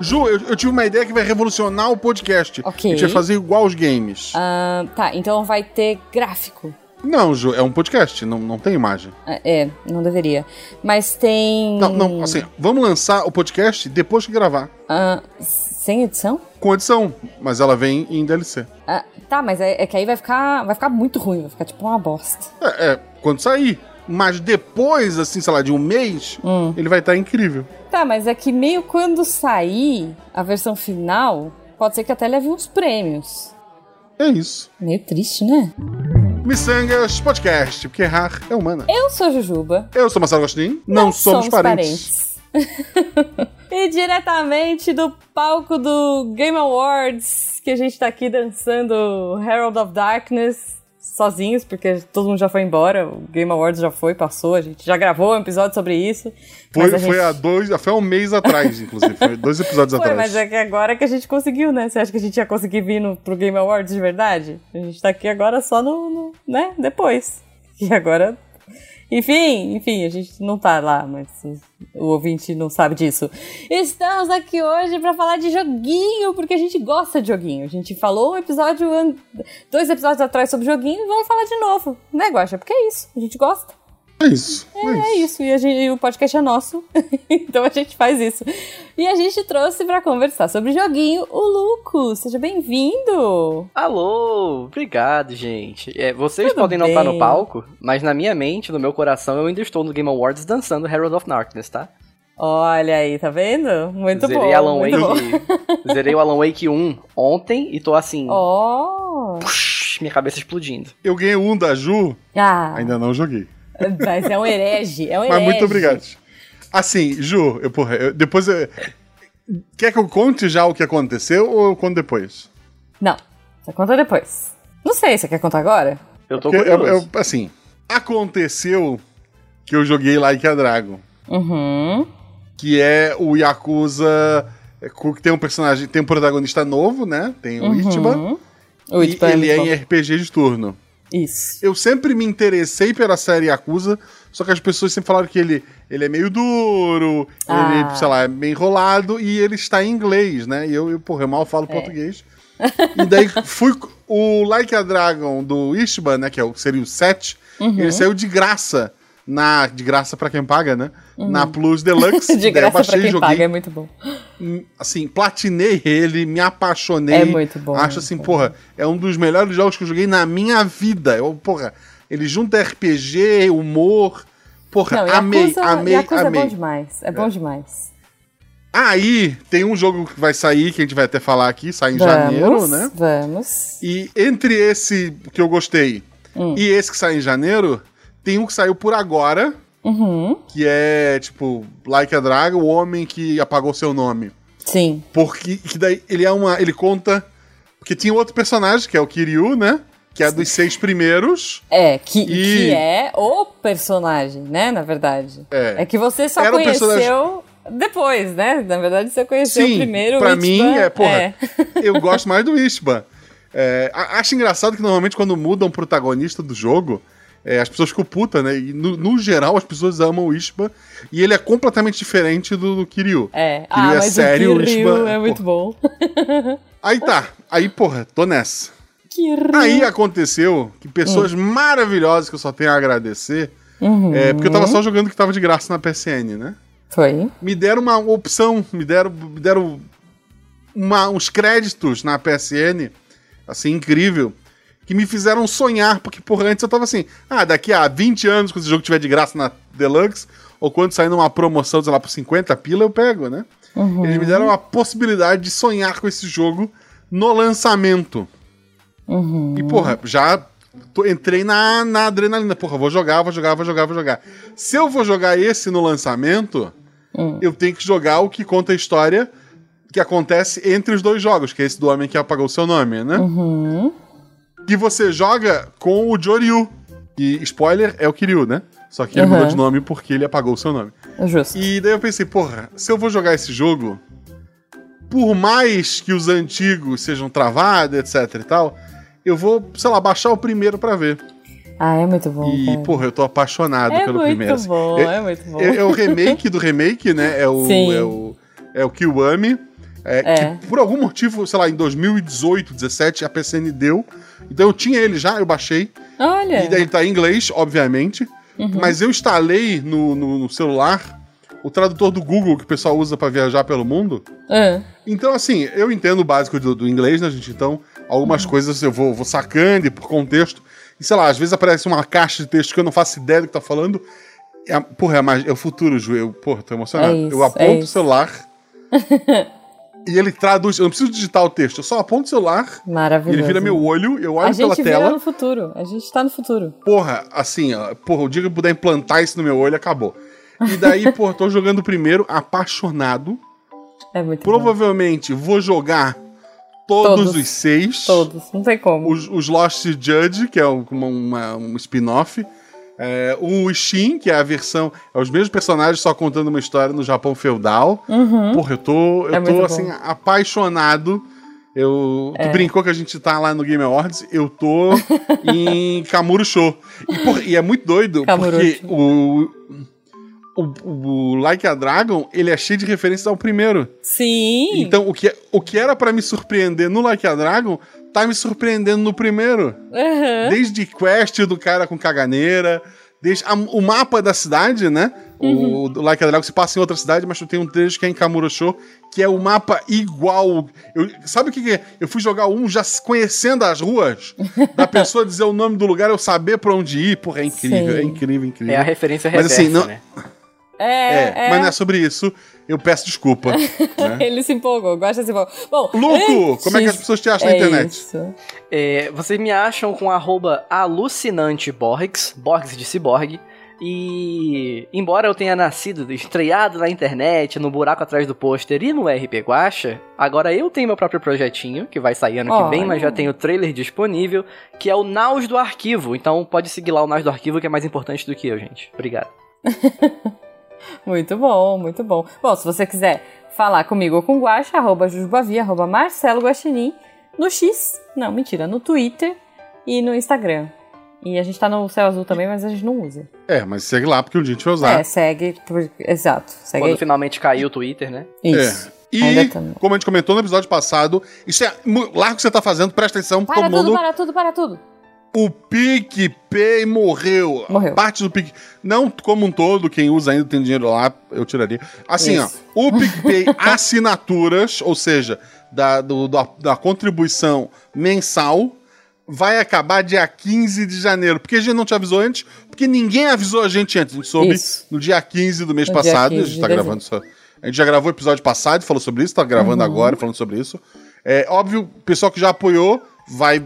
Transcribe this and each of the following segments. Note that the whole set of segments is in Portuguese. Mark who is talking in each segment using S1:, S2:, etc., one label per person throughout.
S1: Ju, eu, eu tive uma ideia que vai revolucionar o podcast.
S2: Ok.
S1: A gente vai fazer igual os games.
S2: Ah, tá, então vai ter gráfico.
S1: Não, Ju, é um podcast, não, não tem imagem.
S2: Ah, É, não deveria. Mas tem.
S1: Não, não, assim, vamos lançar o podcast depois que gravar.
S2: Ah, sem edição?
S1: Com edição, mas ela vem em DLC.
S2: Ah, tá, mas é, é que aí vai ficar, vai ficar muito ruim, vai ficar tipo uma bosta.
S1: É, é, quando sair. Mas depois, assim, sei lá, de um mês,
S2: Hum.
S1: ele vai estar incrível.
S2: Tá, mas é que meio quando sair a versão final, pode ser que até leve uns prêmios.
S1: É isso.
S2: Meio triste, né?
S1: Missangas Podcast, porque errar é humana.
S2: Eu sou a Jujuba.
S1: Eu sou Marcelo Agostinho, não, somos, parentes.
S2: parentes. e diretamente do palco do Game Awards, que a gente tá aqui dançando Herald of Darkness sozinhos, porque todo mundo já foi embora. O Game Awards já foi, passou, a gente já gravou um episódio sobre isso.
S1: Foi,
S2: mas a
S1: foi
S2: gente-
S1: há dois, foi há um mês atrás, inclusive. Foi dois episódios
S2: Foi,
S1: atrás.
S2: mas é que agora que a gente conseguiu, né? Você acha que a gente ia conseguir vir no, pro Game Awards de verdade? A gente tá aqui agora só no, no- né? Depois. E agora. Enfim, enfim, a gente não tá lá, mas o- o ouvinte não sabe disso. Estamos aqui hoje pra falar de joguinho, porque a gente gosta de joguinho. A gente falou um episódio, an- dois episódios atrás sobre joguinho e vamos falar de novo, né, Guaxa? Porque é isso, a gente gosta.
S1: É isso. É, isso.
S2: É isso, e, a gente- e o podcast é nosso, então a gente faz isso. E a gente trouxe pra conversar sobre joguinho o Luco. Seja bem-vindo!
S3: Alô, obrigado, gente. É, vocês
S2: Tudo
S3: podem não estar no
S2: bem.
S3: palco, mas na minha mente, no meu coração, eu ainda estou no Game Awards dançando Herald of Darkness, tá?
S2: Olha aí, tá vendo? Muito
S3: zerei
S2: bom.
S3: Alan
S2: muito bom.
S3: Wake. zerei o Alan Wake 1 ontem e tô assim.
S2: Ó!
S3: push, minha cabeça explodindo.
S1: Eu ganhei um da Ju,
S2: Ah,
S1: ainda não joguei.
S2: mas é um herege, é um herege.
S1: Mas muito obrigado. Assim, Ju, eu, porra, eu- depois. eu- quer que eu conte já o que aconteceu ou eu conto depois?
S2: Não, você conta depois. Não sei, você quer contar agora?
S3: Eu tô
S1: Porque eu,
S3: curioso.
S1: eu- assim, aconteceu que eu joguei Like a Dragon,
S2: Uhum.
S1: que é o Yakuza. é, cu- Que tem um personagem, tem um protagonista novo, né? Tem o Ichiban.
S2: Uhum. O
S1: e
S2: Ichiban
S1: ele é
S2: muito
S1: em RPG de turno.
S2: bom. Isso.
S1: Eu sempre me interessei pela série Yakuza, só que as pessoas sempre falaram que ele, ele é meio duro,
S2: Ah.
S1: ele, sei lá, é meio enrolado, e ele está em inglês, né? E eu, eu porra, eu mal
S2: É.
S1: falo português. E daí fui. O Like a Dragon do Ishban, né? Que é o, seria o 7,
S2: Uhum.
S1: ele saiu de graça. Na, de graça pra quem paga, né? Na Plus Deluxe.
S2: Uhum. De
S1: Daí eu
S2: graça pra
S1: baixei,
S2: quem
S1: joguei,
S2: paga, é muito bom.
S1: hum, assim, platinei ele, me apaixonei.
S2: É muito bom,
S1: Acho
S2: é
S1: assim,
S2: muito
S1: porra, é um dos melhores jogos que eu joguei na minha vida. Eu, porra, ele junta RPG, humor. Porra,
S2: Não,
S1: amei,
S2: Yakuza,
S1: amei,
S2: Yakuza
S1: amei.
S2: é bom demais, é bom demais.
S1: Aí tem um jogo que vai sair, que a gente vai até falar aqui, sai em janeiro, né?
S2: Vamos.
S1: E entre esse que eu gostei
S2: Hum.
S1: e esse que sai em janeiro, tem um que saiu por agora,
S2: Uhum.
S1: que é tipo Like a Dragon, o homem que apagou seu nome.
S2: Sim.
S1: Porque que daí ele é uma. Ele conta. Porque tinha outro personagem, que é o Kiryu, né? Que é dos seis primeiros.
S2: É, que,
S1: E-
S2: que é o personagem, né? Na verdade.
S1: É.
S2: que você só
S1: Era um
S2: conheceu
S1: personagem-
S2: depois, né? Na verdade, você conheceu
S1: Sim,
S2: primeiro
S1: pra
S2: é o
S1: mim,
S2: Ichiban,
S1: é, porra. Eu gosto mais do Ishba. É, a- acho engraçado que normalmente quando mudam o protagonista do jogo, é, as pessoas ficam putas, né? E no, no geral as pessoas amam o Ishba. E ele é completamente diferente do, do Kiryu.
S2: É.
S1: Kiryu
S2: Ah,
S1: é
S2: mas
S1: sério,
S2: o
S1: o
S2: Kiryu
S1: Ichiban-
S2: é muito bom.
S1: Aí tá. Aí, porra, tô nessa.
S2: Kiryu.
S1: Aí aconteceu que pessoas
S2: Uhum.
S1: maravilhosas que eu só tenho a agradecer. é, porque eu tava só jogando o que tava de graça na PSN, né?
S2: Foi.
S1: me deram uma opção, me deram, me deram uma- uns créditos na PSN, assim, incrível, que me fizeram sonhar, porque por antes eu tava assim, ah, daqui a 20 anos, quando esse jogo tiver de graça na Deluxe, ou quando sair numa promoção, sei lá, por 50 pila, eu pego, né? Eles me deram a possibilidade de sonhar com esse jogo no lançamento. E, porra, já tô- entrei na, na adrenalina. Porra, vou jogar, vou jogar, vou jogar, vou jogar. Se eu vou jogar esse no lançamento, eu tenho que jogar o que conta a história que acontece entre os dois jogos, que é esse do homem que apagou seu nome, né?
S2: Uhum.
S1: E você joga com o Joryu. E, spoiler, é o Kiryu, né? Só que ele
S2: Uhum.
S1: mudou de nome porque ele apagou o seu nome.
S2: Justo.
S1: E daí eu pensei, porra, se eu vou jogar esse jogo, por mais que os antigos sejam travados, etc e tal, eu vou, sei lá, baixar o primeiro pra ver.
S2: Ah, é muito bom.
S1: E,
S2: cara.
S1: porra, eu tô apaixonado
S2: é
S1: pelo
S2: muito
S1: primeiro. assim.
S2: bom,
S1: Eu-
S2: é muito bom.
S1: É, é o remake do remake, né? É o,
S2: Sim.
S1: é o, é o Kiwami. é,
S2: É.
S1: que por algum motivo, sei lá, em 2018, 17, a PCN deu. Então eu tinha ele já, eu baixei.
S2: Olha.
S1: E daí ele tá em inglês, obviamente.
S2: Uhum.
S1: Mas eu instalei no, no- no celular o tradutor do Google que o pessoal usa pra viajar pelo mundo.
S2: Ah,
S1: Então, assim, eu entendo o básico do, do inglês, né, gente? Então,
S2: Uhum.
S1: algumas coisas eu vou, vou sacando e por contexto. E sei lá, às vezes aparece uma caixa de texto que eu não faço ideia do que tá falando. É, a- porra, é, a mag- é o futuro, Ju. Eu, porra, tô emocionado.
S2: É isso,
S1: eu
S2: é
S1: aponto o
S2: isso.
S1: celular e ele traduz. Eu não preciso digitar o texto, eu só aponto o celular. e
S2: maravilhoso.
S1: Ele vira meu olho, eu
S2: A
S1: olho pela
S2: gente vira
S1: tela.
S2: no futuro. A gente tá no futuro.
S1: Porra, assim, ó, porra, o dia que eu puder implantar isso no meu olho, acabou. E daí, porra, tô jogando o primeiro, apaixonado.
S2: É muito bom.
S1: Provavelmente vou jogar todos,
S2: Todos.
S1: os seis.
S2: Todos. Não tem como.
S1: Os, os Lost Judge, que é um- uma, uma- um spin-off. É, o Shin, que é a versão. É os mesmos personagens, só contando uma história no Japão feudal.
S2: Uhum.
S1: Porra, eu tô, eu
S2: Hum? É muito
S1: tô
S2: bom. É.
S1: assim, apaixonado. Eu, Tu brincou que a gente tá lá no Game Awards, eu tô em Kamuro Show. E, porra, e é muito doido, porque
S2: Kamurocho.
S1: o, o, o Like a Dragon, ele é cheio de referências ao primeiro.
S2: Sim.
S1: Então, o que, o que era pra me surpreender no Like a Dragon, tá me surpreendendo no primeiro.
S2: Aham.
S1: Desde quest do cara com caganeira, desde a- o mapa da cidade, né?
S2: Uhum.
S1: O, o Like a Dragon se passa em outra cidade, mas tu tem um trecho que é em Kamurocho, que é o mapa igual. Eu- sabe o que, que é? Eu fui jogar um já s- conhecendo as ruas, da pessoa dizer o nome do lugar, eu saber pra onde ir. Porra, é incrível,
S2: Sim.
S1: é incrível, incrível.
S3: É a referência
S1: Mas,
S3: reversa,
S1: assim, não-
S3: né?
S2: É,
S1: É,
S2: é.
S1: mas não é sobre isso. Eu peço desculpa. né?
S2: Ele se empolgou, gosta de se empolgar. Bom,
S1: Luco, como é que as
S2: antes-
S1: pessoas te acham na
S2: É
S1: internet?
S2: isso.
S3: É, vocês me acham com arroba alucinanteborgs, Borgs de ciborgue. E embora eu tenha nascido estreado na internet, no buraco atrás do pôster e no RP Guacha, agora eu tenho meu próprio projetinho, que vai sair ano que vem,
S2: Olha.
S3: mas já tem o trailer disponível, que é o Naus do Arquivo. Então pode seguir lá o Naus do Arquivo, que é mais importante do que eu, gente. Obrigado.
S2: Muito bom, muito bom. Bom, se você quiser falar comigo ou com o Guaxa, arroba Jujubavi, arroba Marcelo Guaxinim, no X, não, mentira, no Twitter e no Instagram. E a gente tá no Céu Azul também, mas a gente não usa.
S1: É, mas segue lá, porque um dia a gente vai usar.
S2: É, segue, por- exato, segue
S3: Quando
S2: aí.
S3: finalmente caiu o Twitter, né?
S2: Isso.
S1: É. E,
S2: Ainda tamo.
S1: como a gente comentou no episódio passado, isso é. mu- Larga o que você tá fazendo, presta atenção,
S2: Para
S1: todo
S2: tudo,
S1: mundo.
S2: para tudo, para tudo.
S1: O PicPay morreu.
S2: Morreu.
S1: Parte do Pic. Não como um todo, quem usa ainda tem dinheiro lá, eu tiraria. Assim,
S2: Isso.
S1: ó. O PicPay assinaturas, ou seja, da, do- da, da contribuição mensal, vai acabar dia 15 de janeiro. Porque a gente não te avisou antes, porque ninguém avisou a gente antes. A gente soube
S2: Isso.
S1: no dia 15 do mês
S2: No dia
S1: passado. A
S2: 15
S1: gente
S2: de
S1: tá gravando isso. A gente já gravou o episódio passado, falou sobre isso, tá gravando
S2: Uhum.
S1: agora, falando sobre isso. É óbvio, o pessoal que já apoiou vai.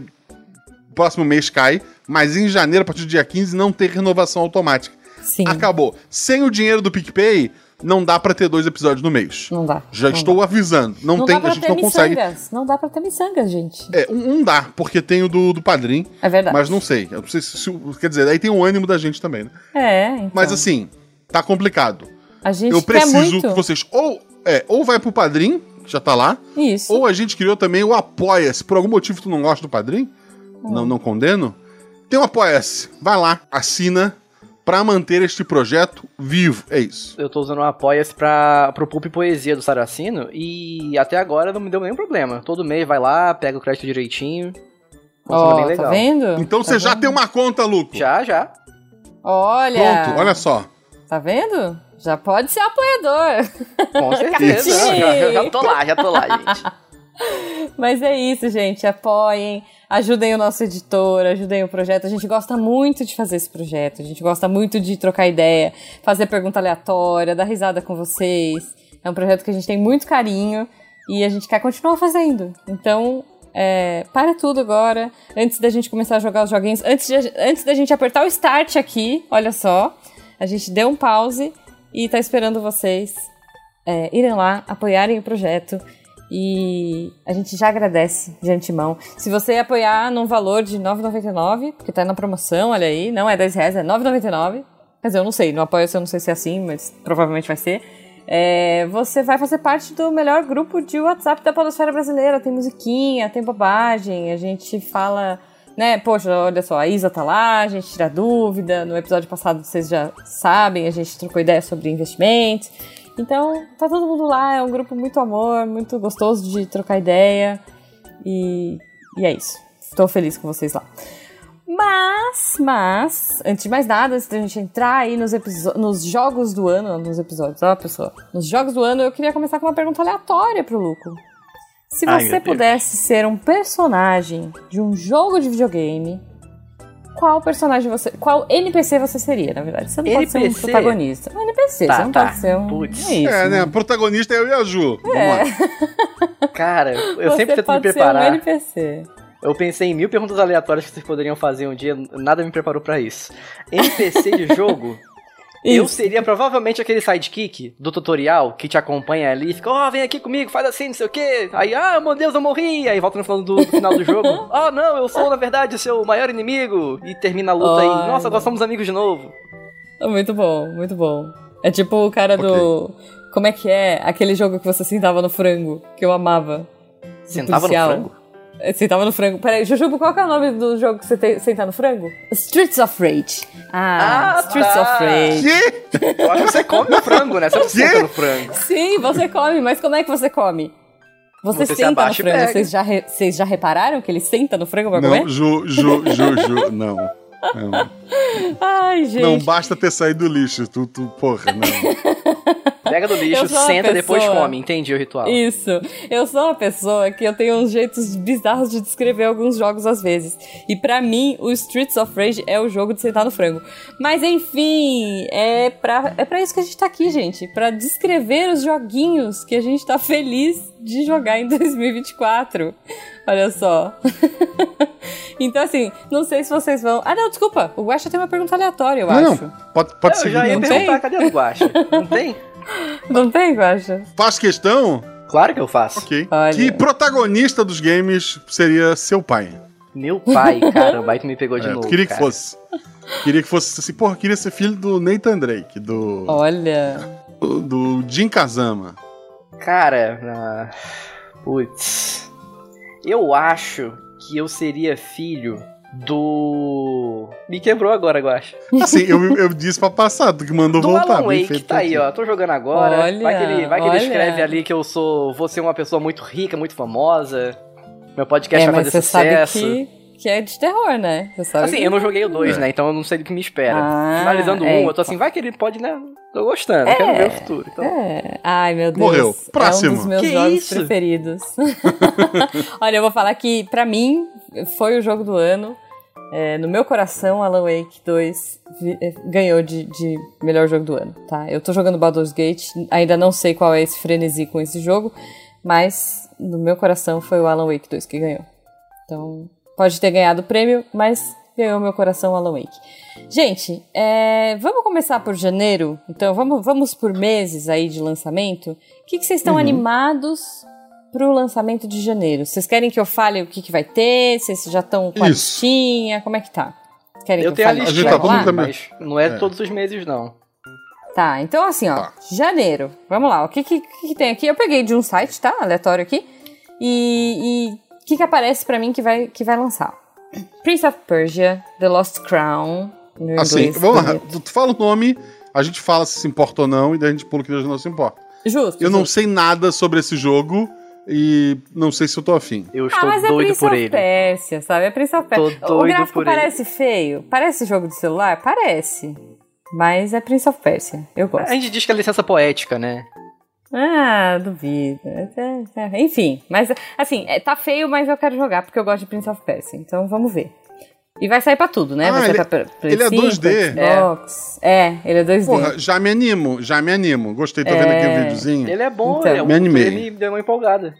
S1: Próximo mês cai, mas em janeiro, a partir do dia 15, não tem renovação automática.
S2: Sim,
S1: Acabou. Sem o dinheiro do PicPay, não dá pra ter dois episódios no mês.
S2: não dá.
S1: Já
S2: não
S1: estou
S2: dá.
S1: avisando. Não,
S2: Não
S1: tem,
S2: dá pra
S1: a gente
S2: ter
S1: não consegue.
S2: miçangas, não dá pra ter miçangas, gente.
S1: É, um, um dá, porque tem o do, do padrinho,
S2: É verdade.
S1: mas não sei. Eu não sei se, se o- Quer dizer, aí tem o ânimo da gente também, né?
S2: É, então.
S1: Mas assim, tá complicado.
S2: a gente
S1: Eu
S2: quer
S1: preciso
S2: muito.
S1: que vocês ou, é, ou vai pro padrinho, que já tá lá,
S2: Isso.
S1: ou a gente criou também o Apoia-se. Por algum motivo tu não gosta do padrinho,
S2: Hum.
S1: não, não condeno. Tem o Apoia-se. Vai lá, assina pra manter este projeto vivo. É isso.
S3: Eu tô usando o Apoia-se pra, pro Pulp Poesia do Saracino e até agora não me deu nenhum problema. Todo mês vai lá, pega o crédito direitinho. Funciona
S2: Ó,
S3: bem legal.
S2: tá vendo?
S1: Então
S2: Tá
S1: você já
S2: vendo?
S1: tem uma conta, Luco.
S3: Já, já.
S2: Olha.
S1: Pronto, olha só.
S2: Tá vendo? Já pode ser apoiador.
S3: Com certeza.
S2: Sim.
S3: já, já- já tô lá, já tô lá, gente.
S2: Mas é isso, gente. Apoiem, ajudem o nosso editor, ajudem o projeto. A gente gosta muito de fazer esse projeto. A gente gosta muito de trocar ideia, fazer pergunta aleatória, dar risada com vocês. É um projeto que a gente tem muito carinho e a gente quer continuar fazendo. Então, é, para tudo agora. Antes da gente começar a jogar os joguinhos, antes, de- antes da gente apertar o start aqui, olha só. A gente deu um pause e tá esperando vocês é, irem lá, apoiarem o projeto. E a gente já agradece de antemão. Se você apoiar num valor de R$ 9,99, porque tá na promoção, olha aí, não é R$ 10 reais, é R$ 9,99. Quer dizer, eu não sei, no apoio eu não sei se é assim, mas provavelmente vai ser. É, você vai fazer parte do melhor grupo de WhatsApp da Podosfera Brasileira. Tem musiquinha, tem bobagem, a gente fala né? Poxa, olha só, a Isa tá lá, a gente tira dúvida. No episódio passado vocês já sabem, a gente trocou ideia sobre investimentos. Então, tá todo mundo lá, é um grupo muito amor, muito gostoso de trocar ideia. E, e é isso. Tô feliz com vocês lá. Mas, mas, antes de mais nada, antes da gente entrar aí nos, episo- nos jogos do ano, nos episódios, ó, pessoal, nos jogos do ano, eu queria começar com uma pergunta aleatória pro Luco. Se
S3: Ai,
S2: você
S3: meu Deus.
S2: pudesse ser um personagem de um jogo de videogame, qual personagem você. Qual NPC você seria, na verdade? Você não pode ser um
S3: NPC?
S2: protagonista. Um NPC,
S3: Tá,
S2: você não
S3: tá.
S2: pode ser um.
S3: Putz.
S2: É, isso,
S1: É, né? Protagonista é eu e a Ju. Vamos lá.
S3: Cara, eu
S2: Você
S3: sempre tento me
S2: pode ser
S3: preparar.
S2: um NPC.
S3: Eu pensei em mil perguntas aleatórias que vocês poderiam fazer um dia, nada me preparou pra isso. NPC de jogo, eu
S2: Isso.
S3: seria provavelmente aquele sidekick do tutorial que te acompanha ali, fica, ó, vem aqui comigo, faz assim, não sei o quê. Aí, ah, meu Deus, eu morri. Aí volta no final do, do final do jogo. Ah, não, eu sou, na verdade, o seu maior inimigo. E termina a luta aí.
S2: Olha.
S3: Nossa, nós somos amigos de novo.
S2: Ah, Muito bom, muito bom. É tipo o cara
S1: Ok.
S2: do. Como é que é? Aquele jogo que você sentava no frango, que eu amava. Do
S3: Sentava no
S2: policial.
S3: frango?
S2: É, Sentava no frango. Peraí, Jujubo, qual que é o nome do jogo que você tem, sentar no frango? Streets of Rage. Ah,
S3: Ah,
S2: Streets
S3: tá.
S2: of Rage.
S1: Que?
S3: Eu acho que você come o frango, né? Você não senta no frango.
S2: Sim, você come, mas como é que você come? Você,
S3: Você se
S2: senta no
S3: abaixa e
S2: frango.
S3: pega.
S2: Vocês já, re- vocês já repararam que ele senta no frango pra
S1: Não,
S2: comer?
S1: Ju, Ju, Ju, Ju. Não. Não,
S2: Ai, gente.
S1: não basta ter saído do lixo. Tu, tu porra, não.
S3: Pega do lixo,
S2: Eu sou uma
S3: senta, depois
S2: pessoa-
S3: come. Entendi o ritual.
S2: Isso. Eu sou uma pessoa que eu tenho uns jeitos bizarros de descrever alguns jogos às vezes. E pra mim, o Streets of Rage é o jogo de sentar no frango. Mas enfim, é pra, é pra isso que a gente tá aqui, gente. Pra descrever os joguinhos que a gente tá feliz de jogar em 2024. Olha só. então assim, não sei se vocês vão... Ah não, desculpa. O Guaxa tem uma pergunta aleatória, eu
S1: Não,
S2: acho.
S1: não. Pode, pode
S3: Eu
S1: seguir.
S3: já ia
S2: não
S1: não.
S2: tem?
S3: perguntar, cadê o guache? Não tem?
S2: Não tem, Guaxa?
S1: Faz questão?
S3: Claro que eu faço.
S1: Ok.
S2: Olha.
S1: Que protagonista dos games seria seu pai?
S3: Meu pai, caramba, aí tu me pegou de
S1: É,
S3: novo.
S1: queria que
S3: cara.
S1: fosse. Queria que fosse assim, porra, queria ser filho do Nathan Drake, do,
S2: Olha.
S1: do Jim Kazama.
S3: Cara, ah, putz. Eu acho que eu seria filho do. Me quebrou agora, eu acho.
S1: Assim, eu, eu disse pra passar, tu que mandou
S3: Do
S1: voltar.
S3: Alan
S1: bem
S3: Wake,
S1: feito
S3: tá aí,
S1: aqui.
S3: ó. Tô jogando agora.
S2: Olha,
S3: vai que ele, vai que ele
S2: olha.
S3: escreve ali que eu sou. Vou ser uma pessoa muito rica, muito famosa. Meu podcast
S2: é,
S3: vai
S2: mas
S3: fazer
S2: você sabe
S3: sucesso.
S2: que, que é de terror, né? Você sabe
S3: Assim,
S2: que...
S3: eu não joguei o 2,
S1: É.
S3: né? Então eu não sei do que me espera.
S2: Ah,
S3: Finalizando o
S2: é,
S3: um, eu tô assim, vai que ele pode, né? Tô gostando, quero ver o futuro. Então,
S2: É. Ai, meu Deus.
S1: Morreu.
S2: É
S1: Próximo.
S2: um dos meus
S3: Que
S2: jogos
S3: isso?
S2: preferidos. Olha, eu vou falar que, pra mim, foi o jogo do ano. É, no meu coração, Alan Wake 2 vi- eh, ganhou de, de melhor jogo do ano, tá? Eu tô jogando Baldur's Gate, ainda não sei qual é esse frenesi com esse jogo, mas no meu coração foi o Alan Wake 2 que ganhou. Então, pode ter ganhado o prêmio, mas ganhou meu coração o Alan Wake. Gente, é, vamos começar por janeiro? Então, vamos, vamos por meses aí de lançamento. O que, que vocês
S1: Uhum.
S2: estão animados pro lançamento de janeiro? Vocês querem que eu fale o que, que vai ter? Vocês já estão com a
S1: Isso.
S2: listinha? Como é que tá? Querem
S3: eu
S2: que eu
S3: tenho a
S2: fale? o que
S1: gente
S3: listinha
S1: tá
S2: vai rolar?
S1: falando
S3: aqui,
S1: também.
S3: mas não é,
S1: É.
S3: todos os meses, não.
S2: Tá, então assim, ó,
S1: Tá.
S2: janeiro. Vamos lá, o que, que, que que tem aqui? Eu peguei de um site, tá? Aleatório aqui. E e o que, que aparece pra mim que vai, que vai lançar? Prince of Persia, The Lost Crown. meu
S1: Assim,
S2: inglês
S1: vamos lá,
S2: bonito.
S1: tu, tu fala o nome, a gente fala se se importa ou não, e daí a gente pula que Deus não se importa.
S2: Justo.
S1: Eu não
S2: justo.
S1: sei nada sobre esse jogo e não sei se eu tô afim.
S3: Eu
S2: Ah,
S3: estou
S2: mas é
S3: doido
S2: Prince
S3: por
S2: of
S3: ele.
S2: Persia, sabe? É Prince of Persia.
S3: Tô
S2: o
S3: doido
S2: gráfico
S3: por ele.
S2: parece feio? Parece jogo de celular? Parece. Mas é Prince of Persia. Eu gosto.
S3: A gente diz que é licença poética, né?
S2: Ah, duvido. É, é, é. Enfim, mas assim, é, tá feio, mas eu quero jogar porque eu gosto de Prince of Persia. Então vamos ver. E vai sair pra tudo, né?
S1: Ah,
S2: vai sair
S1: ele-
S2: pra, pra Play
S1: ele é
S2: 5,
S1: 2D.
S2: Xbox. É. ele é 2D.
S1: Porra, já me animo, já me animo. Gostei, tô vendo aqui o videozinho.
S3: Ele é bom,
S2: Então,
S3: ele é
S1: me
S3: um-
S1: animei.
S3: Ele me deu uma empolgada.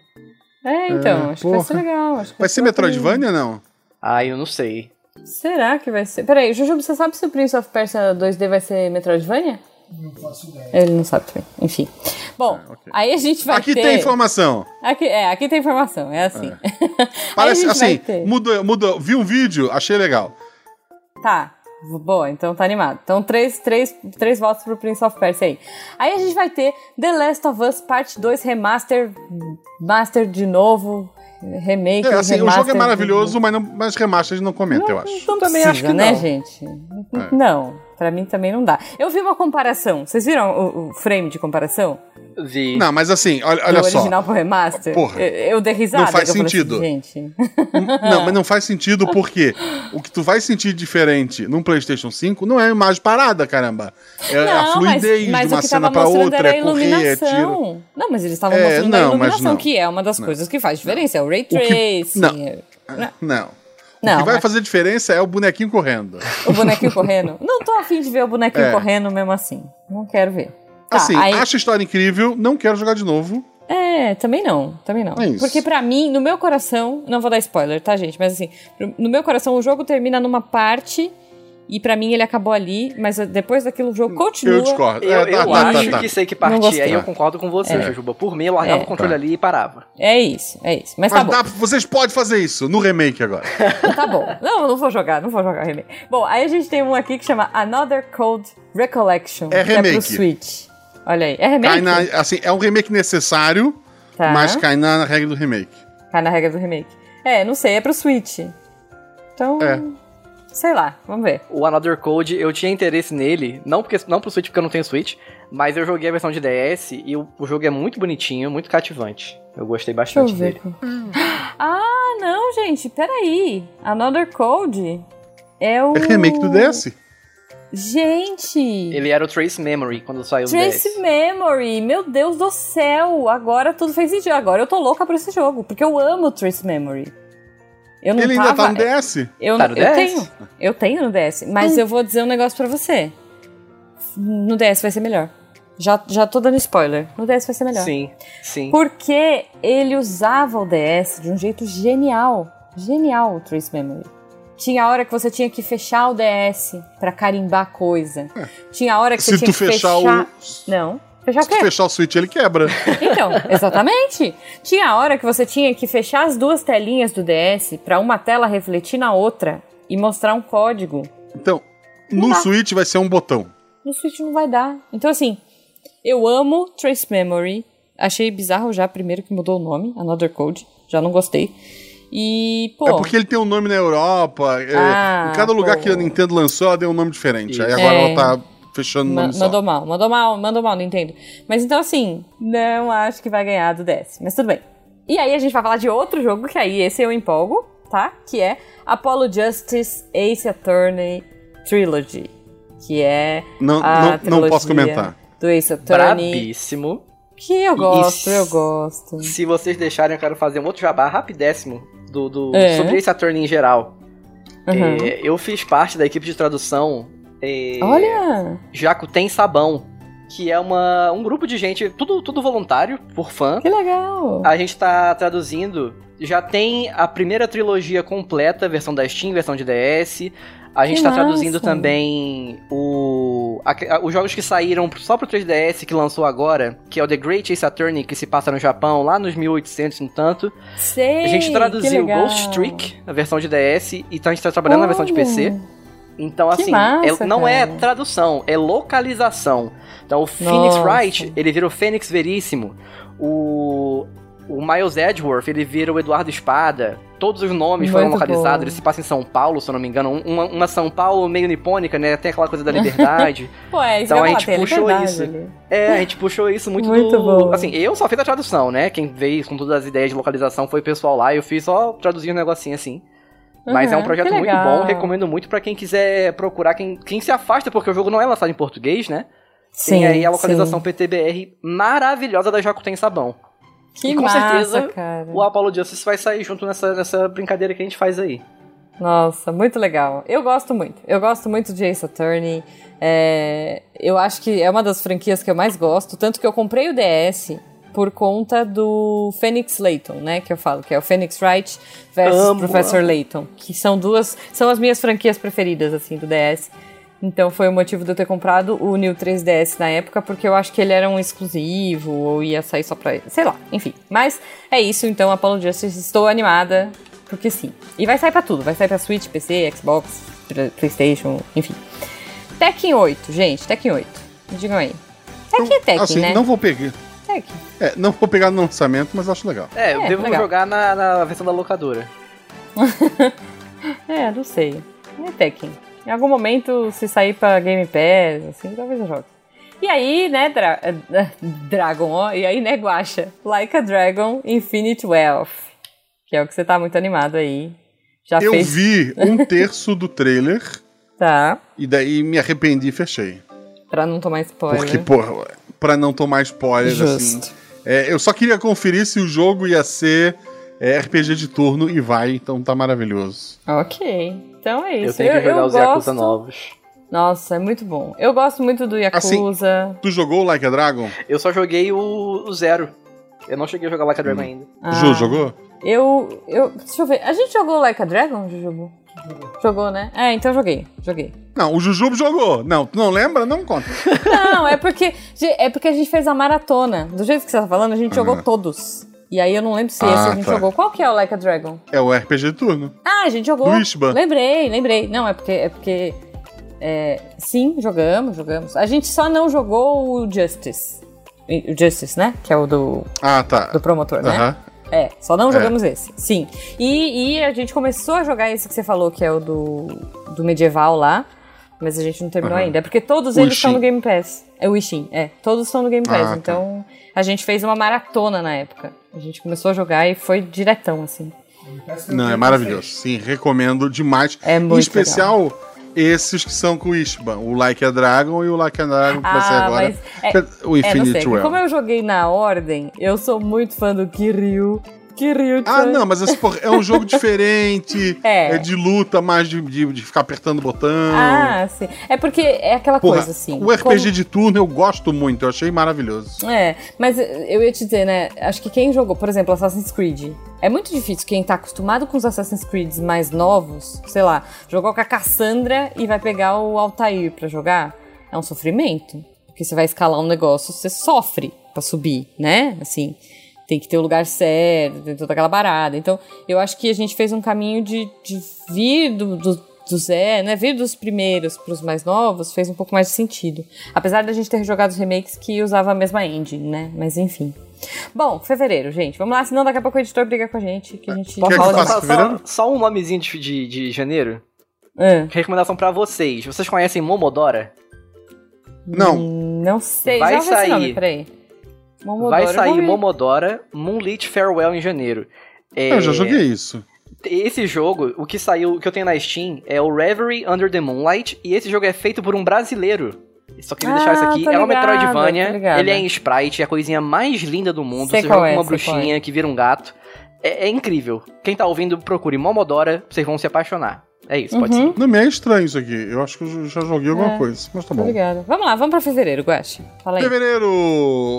S2: É, então,
S1: É,
S2: acho que vai ser
S1: porra.
S2: legal. acho que
S1: Vai ser
S2: bacana.
S1: Metroidvania, não?
S3: Ah, eu não sei.
S2: Será que vai ser? Peraí, Juju, você sabe se o Prince of Persia 2D vai ser Metroidvania? Ele não sabe também. Enfim. Bom,
S1: Ah, ok.
S2: aí a gente vai
S1: Aqui
S2: ter...
S1: tem informação.
S2: Aqui, é, aqui tem informação, é assim. Aí
S1: Parece
S2: a gente vai
S1: assim,
S2: ter.
S1: mudou, mudou. Vi um vídeo, achei legal.
S2: Tá. Boa, então tá animado. Então, três, três, três votos pro Prince of Persia aí. Aí a gente vai ter The Last of Us Parte 2 Remaster Master de novo. Remake,
S1: É, assim, o
S2: remaster,
S1: jogo é maravilhoso, mas, não, mas remasters não comenta, eu acho. É.
S3: Então também
S2: Precisa,
S3: acho que
S2: né,
S3: não.
S2: gente? Não, pra mim também não dá. Eu vi uma comparação. Vocês viram o, o frame de comparação?
S3: Vi.
S1: Não, mas assim, olha, olha
S2: do
S1: só.
S2: original pro remaster?
S1: Porra.
S2: Eu, eu dei risada.
S1: Não faz
S2: que eu falei
S1: sentido.
S2: Assim, gente,
S1: Um, Não, mas não faz sentido porque o que tu vai sentir diferente num PlayStation 5 não é imagem parada, caramba. É a
S2: não, mas,
S1: fluidez
S2: mas
S1: de uma
S2: o que tava
S1: cena pra
S2: mostrando
S1: outra,
S2: era
S1: é
S2: a
S1: correr, é tiro.
S2: iluminação. não, mas eles estavam
S1: É,
S2: mostrando a
S1: não, mas
S2: iluminação,
S1: não.
S2: que é uma das coisas que faz diferença. É o ray
S1: que-
S2: tracing.
S1: não.
S2: é-
S1: Não.
S2: Não,
S1: o que vai
S2: mas- Tá,
S1: fazer diferença é o bonequinho correndo.
S2: O bonequinho correndo. Não tô afim de ver o bonequinho
S1: É.
S2: correndo mesmo assim. Não quero ver. Tá,
S1: assim,
S2: aí-
S1: acho a história incrível, não quero jogar de novo.
S2: É, também não, também não.
S1: É isso.
S2: Porque pra mim, no meu coração, não vou dar spoiler, tá, gente? Mas assim, pro- no meu coração o jogo termina numa parte e pra mim ele acabou ali, mas depois daquilo o jogo continua.
S1: Eu discordo.
S3: Eu,
S1: É, tá,
S3: eu
S1: tá, tá,
S3: acho
S1: tá.
S3: que sei que
S2: Não
S3: partir.
S2: gostei.
S3: Aí eu concordo com você,
S1: É.
S3: Jujuba. Por mim, eu largava
S2: É.
S3: o controle
S1: Tá.
S3: ali e parava.
S2: É isso, é isso. Mas tá
S1: Mas dá-
S2: bom.
S1: vocês podem fazer isso no remake agora.
S2: Tá bom. Não, não vou jogar, não vou jogar remake. Bom, aí a gente tem um aqui que chama Another Cold Recollection.
S1: É
S2: que É pro
S1: remake.
S2: Switch. Olha aí. É
S1: Cai
S2: remake?
S1: na, assim, é um remake necessário,
S2: Tá.
S1: mas cai na regra do remake.
S2: Cai na regra do remake. É, não sei, é pro Switch. Então.
S1: É.
S2: Sei lá, vamos ver.
S3: O Another Code, eu tinha interesse nele, não, porque, não pro Switch, porque eu não tenho Switch, mas eu joguei a versão de DS e o, o jogo é muito bonitinho, muito cativante. Eu gostei
S2: Deixa eu
S3: bastante
S2: ver.
S3: dele.
S2: aqui. Ah, não, gente, peraí. Another Code é o.
S1: É remake do DS?
S2: Gente!
S3: Ele era o Trace Memory quando saiu o
S2: Trace
S3: DS.
S2: Memory, meu Deus do céu! Agora tudo fez sentido. Agora eu tô louca por esse jogo, porque eu amo Trace Memory. Eu não
S1: Ele
S2: tava,
S1: ainda tá no DS?
S2: Eu,
S3: Tá no
S2: eu
S3: DS?
S2: tenho. Eu tenho no DS. Mas
S1: Hum.
S2: eu vou dizer um negócio pra você. No DS vai ser melhor. Já, já tô dando spoiler. No DS vai ser melhor.
S3: Sim, sim.
S2: Porque ele usava o DS de um jeito genial. Genial o Trace Memory. Tinha a hora que você tinha que fechar o DS pra carimbar coisa. Tinha a hora que você
S1: É. Se
S2: tinha
S1: tu
S2: que
S1: fechar o.
S2: Não. Fechar o
S1: Se tu
S2: quê?
S1: fechar o Switch, ele quebra.
S2: Então, exatamente. Tinha a hora que você tinha que fechar as duas telinhas do DS pra uma tela refletir na outra e mostrar um código.
S1: Então, no Switch vai ser um botão.
S2: No Switch não vai dar. Então, assim, eu amo Trace Memory. Achei bizarro já, primeiro, que mudou o nome, Another Code. Já não gostei. E, pô.
S1: É porque ele tem um nome na Europa. é,
S2: Ah,
S1: em cada lugar
S2: pô.
S1: que a Nintendo lançou, ela deu um nome diferente.
S3: Isso.
S1: Aí agora
S2: É.
S1: ela tá fechando o
S2: ma-
S1: nome só.
S2: mandou mal, mandou mal, mandou mal, Nintendo. Mas então, assim, não acho que vai ganhar do DS. Mas tudo bem. E aí a gente vai falar de outro jogo, que aí esse eu empolgo, tá? Que é Apollo Justice Ace Attorney Trilogy. Que é.
S1: Não,
S2: a
S1: não, não
S2: trilogia
S1: posso comentar.
S2: Do Ace Attorney.
S3: Brabíssimo.
S2: Que eu gosto,
S3: Isso.
S2: eu gosto.
S3: Se vocês deixarem, eu quero fazer um outro jabá rapidíssimo do, do,
S2: É.
S3: sobre esse Attorney em geral.
S2: Uhum.
S3: É, eu fiz parte da equipe de tradução. é,
S2: Olha!
S3: Jaco Tem Sabão, que é uma, um grupo de gente, tudo, tudo voluntário, por fã.
S2: Que legal!
S3: A gente tá traduzindo. Já tem a primeira trilogia completa, versão da Steam, versão de DS. A gente
S2: Que
S3: tá
S2: massa.
S3: traduzindo também o, a- a- os jogos que saíram só pro 3DS que lançou agora, que é o The Great Ace Attorney, que se passa no Japão, lá nos 1800 e um tanto.
S2: Sei!
S3: a gente
S2: que
S3: traduziu
S2: legal.
S3: Ghost Trick, a versão de DS, e então a gente tá trabalhando na versão de
S2: Olha,
S3: PC. Então,
S2: Hum, Que
S3: assim,
S2: massa,
S3: é- não é
S2: cara.
S3: tradução, é localização. Então, o Phoenix
S2: Nossa.
S3: Wright, ele vira o Fênix Veríssimo. O, o Miles Edgeworth, ele vira o Eduardo Espada. Todos os nomes foram
S2: Muito
S3: localizados.
S2: bom.
S3: Ele se passa em São Paulo, se eu não me engano. Um- Uma, uma São Paulo meio nipônica, né? Tem aquela coisa da liberdade.
S2: Pô, é isso
S3: Então
S2: que eu
S3: a
S2: ia
S3: gente
S2: falar, tem
S3: puxou
S2: liberdade
S3: isso.
S2: ali.
S3: é, a gente puxou isso muito,
S2: Muito
S3: do...
S2: bom.
S3: Assim, eu só fiz a tradução, né? Quem veio com todas as ideias de localização foi o pessoal lá. Eu fiz só traduzir um negocinho assim. Mas é um
S2: Uhum,
S3: projeto
S2: que
S3: muito
S2: legal.
S3: bom, recomendo muito pra quem quiser procurar, quem, quem se afasta, porque o jogo não é lançado em português, né?
S2: Sim,
S3: tem aí a localização
S2: sim.
S3: PTBR maravilhosa da Jacuten Sabão.
S2: Que
S3: E com
S2: massa,
S3: certeza,
S2: cara.
S3: O Apollo Justice vai sair junto nessa, nessa brincadeira que a gente faz aí.
S2: Nossa, muito legal. Eu gosto muito. Eu gosto muito de Ace Attorney. É, eu acho que é uma das franquias que eu mais gosto. Tanto que eu comprei o DS por conta do Phoenix Layton, né? Que eu falo, que é o Phoenix Wright versus
S3: Amo,
S2: Professor
S3: amo.
S2: Layton. Que são duas. São as minhas franquias preferidas, assim, do DS. Então foi o motivo de eu ter comprado o New 3DS na época, porque eu acho que ele era um exclusivo, ou ia sair só pra. Sei lá, enfim. Mas é isso, então, Apollo Justice, estou animada, porque sim. E vai sair pra tudo, vai sair pra Switch, PC, Xbox, pra- Playstation, enfim. Tekken 8, gente, Tekken 8. Me digam aí. Tekken é Tekken,
S1: assim,
S2: né?
S1: não vou pegar.
S2: É, que-
S1: É, não vou pegar no lançamento, mas acho legal.
S3: É, eu
S2: É,
S3: devo
S2: legal.
S3: jogar na, na versão da locadora.
S2: é, não sei. É Tekken. Em algum momento, se sair pra Game Pass, assim, talvez eu jogue. E aí, né, Dra- eh, Dragon, ó, e aí, né, Guacha? Like a Dragon Infinite Wealth. Que é o que você tá muito animado aí. Já
S1: Eu
S2: fez.
S1: vi um terço do trailer
S2: Tá.
S1: e daí me arrependi e fechei.
S2: Pra não tomar spoiler.
S1: Porque, porra, pra não tomar spoiler, assim.
S2: né? Justo.
S1: É, eu só queria conferir se o jogo ia ser é, RPG de turno e vai, então tá maravilhoso.
S2: Ok. Então é isso.
S3: eu tenho que jogar os Yakuza
S2: gosto-
S3: novos.
S2: Nossa, é muito bom. Eu gosto muito do
S1: Ah,
S2: Yakuza.
S1: Tu jogou Like a Dragon?
S3: Eu só joguei o, o Zero. Eu não cheguei a jogar Like a Dragon ainda.
S2: Ah,
S1: Ju, jogou?
S2: Eu, eu. Deixa eu ver. A gente jogou Like a Dragon, Jujubu? Jogou, né? É, então joguei. Joguei.
S1: Não, o Jujubo jogou. Não, tu não lembra? Não conta.
S2: Não, é porque, ge- é porque a gente fez a maratona. Do jeito que você tá falando, a gente jogou todos. E aí eu não lembro se esse
S1: Uhum. Ah,
S2: a gente
S1: tá.
S2: jogou. Qual que é o Like a Dragon?
S1: É o RPG de turno.
S2: Ah, a gente jogou.
S1: Do Ishba.
S2: Lembrei, lembrei. Não, é porque. É porque é, sim, jogamos, jogamos. A gente só não jogou o Justice. E- O Justice, né? Que é o do,
S1: Ah, tá.
S2: do promotor, né?
S1: Aham.
S2: É, só não
S1: É.
S2: jogamos esse. Sim. E, e a gente começou a jogar esse que você falou, que é o do, do medieval lá. Mas a gente não terminou
S1: Aham.
S2: ainda. É porque todos
S1: O
S2: eles estão
S1: Ishin.
S2: no Game Pass. É o Ishin, é. Todos estão no Game
S1: Ah,
S2: Pass.
S1: tá.
S2: então a gente fez uma maratona na época. A gente começou a jogar e foi diretão, assim.
S1: Não, é maravilhoso. Sim, recomendo demais.
S2: É muito
S1: em especial esses que são com o Ishban. O Like a Dragon e o Like a Dragon que vai ser
S2: Ah,
S1: agora.
S2: mas é-
S1: o
S2: É, não
S1: Infinite
S2: sei.
S1: Well.
S2: Como eu joguei na ordem, eu sou muito fã do Kiryu. Kiryu
S1: Ah,
S2: chan.
S1: não, mas esse, porra, é um jogo diferente.
S2: Uhum. É.
S1: é de luta, mais de, de, de ficar apertando botão.
S2: Ah, sim. É porque é aquela
S1: Porra,
S2: coisa, assim.
S1: o RPG
S2: como-
S1: de turno eu gosto muito, eu achei maravilhoso.
S2: É, mas eu ia te dizer, né? Acho que quem jogou, por exemplo, Assassin's Creed, é muito difícil quem tá acostumado com os Assassin's Creeds mais novos, sei lá, jogou com a Cassandra e vai pegar o Altair pra jogar. É um sofrimento. Porque você vai escalar um negócio, você sofre pra subir, né? Assim, tem que ter o lugar certo, tem toda aquela barada. Então, eu acho que a gente fez um caminho de, de vir do, do, do Zé, né? Vir dos primeiros pros mais novos fez um pouco mais de sentido. Apesar da gente ter jogado os remakes que usava a mesma engine, né? Mas enfim. Bom, fevereiro, gente. Vamos lá, senão daqui a pouco o editor briga com a gente, que a gente
S1: Quer que
S2: fala
S1: eu faça
S2: demais.
S3: só, só,
S1: fevereiro?
S3: só um nomezinho de, de, de janeiro.
S2: Ah,
S3: Recomendação pra vocês. Vocês conhecem Momodora?
S1: Não,
S2: hum, Não sei,
S3: Vai
S2: já ouvi esse nome,
S3: sair.
S2: peraí. Momodoro,
S3: Vai
S2: eu
S3: sair
S2: ouvi.
S3: Momodora Moonlit Farewell em janeiro. É,
S1: eu já joguei isso.
S3: Esse jogo, o que saiu, o que eu tenho na Steam, é o Reverie Under the Moonlight, e esse jogo é feito por um brasileiro. Só queria
S2: Ah,
S3: deixar isso aqui.
S2: tô
S3: É uma
S2: ligada, tô
S3: Metroidvania,
S2: ligada.
S3: ele é em sprite, é a coisinha mais linda do mundo.
S2: Sei
S3: você
S2: qual
S3: joga
S2: é,
S3: com uma
S2: sei qual
S3: bruxinha que vira um gato. É, é incrível. Quem tá ouvindo, procure Momodora, vocês vão se apaixonar. É isso, pode
S2: Uhum.
S3: ser.
S1: Não, me é estranho isso aqui. Eu acho que eu já joguei alguma
S2: É.
S1: coisa, mas tá bom.
S2: Obrigada. Vamos lá, vamos pra fevereiro, Guache. Fala aí.
S1: Fevereiro!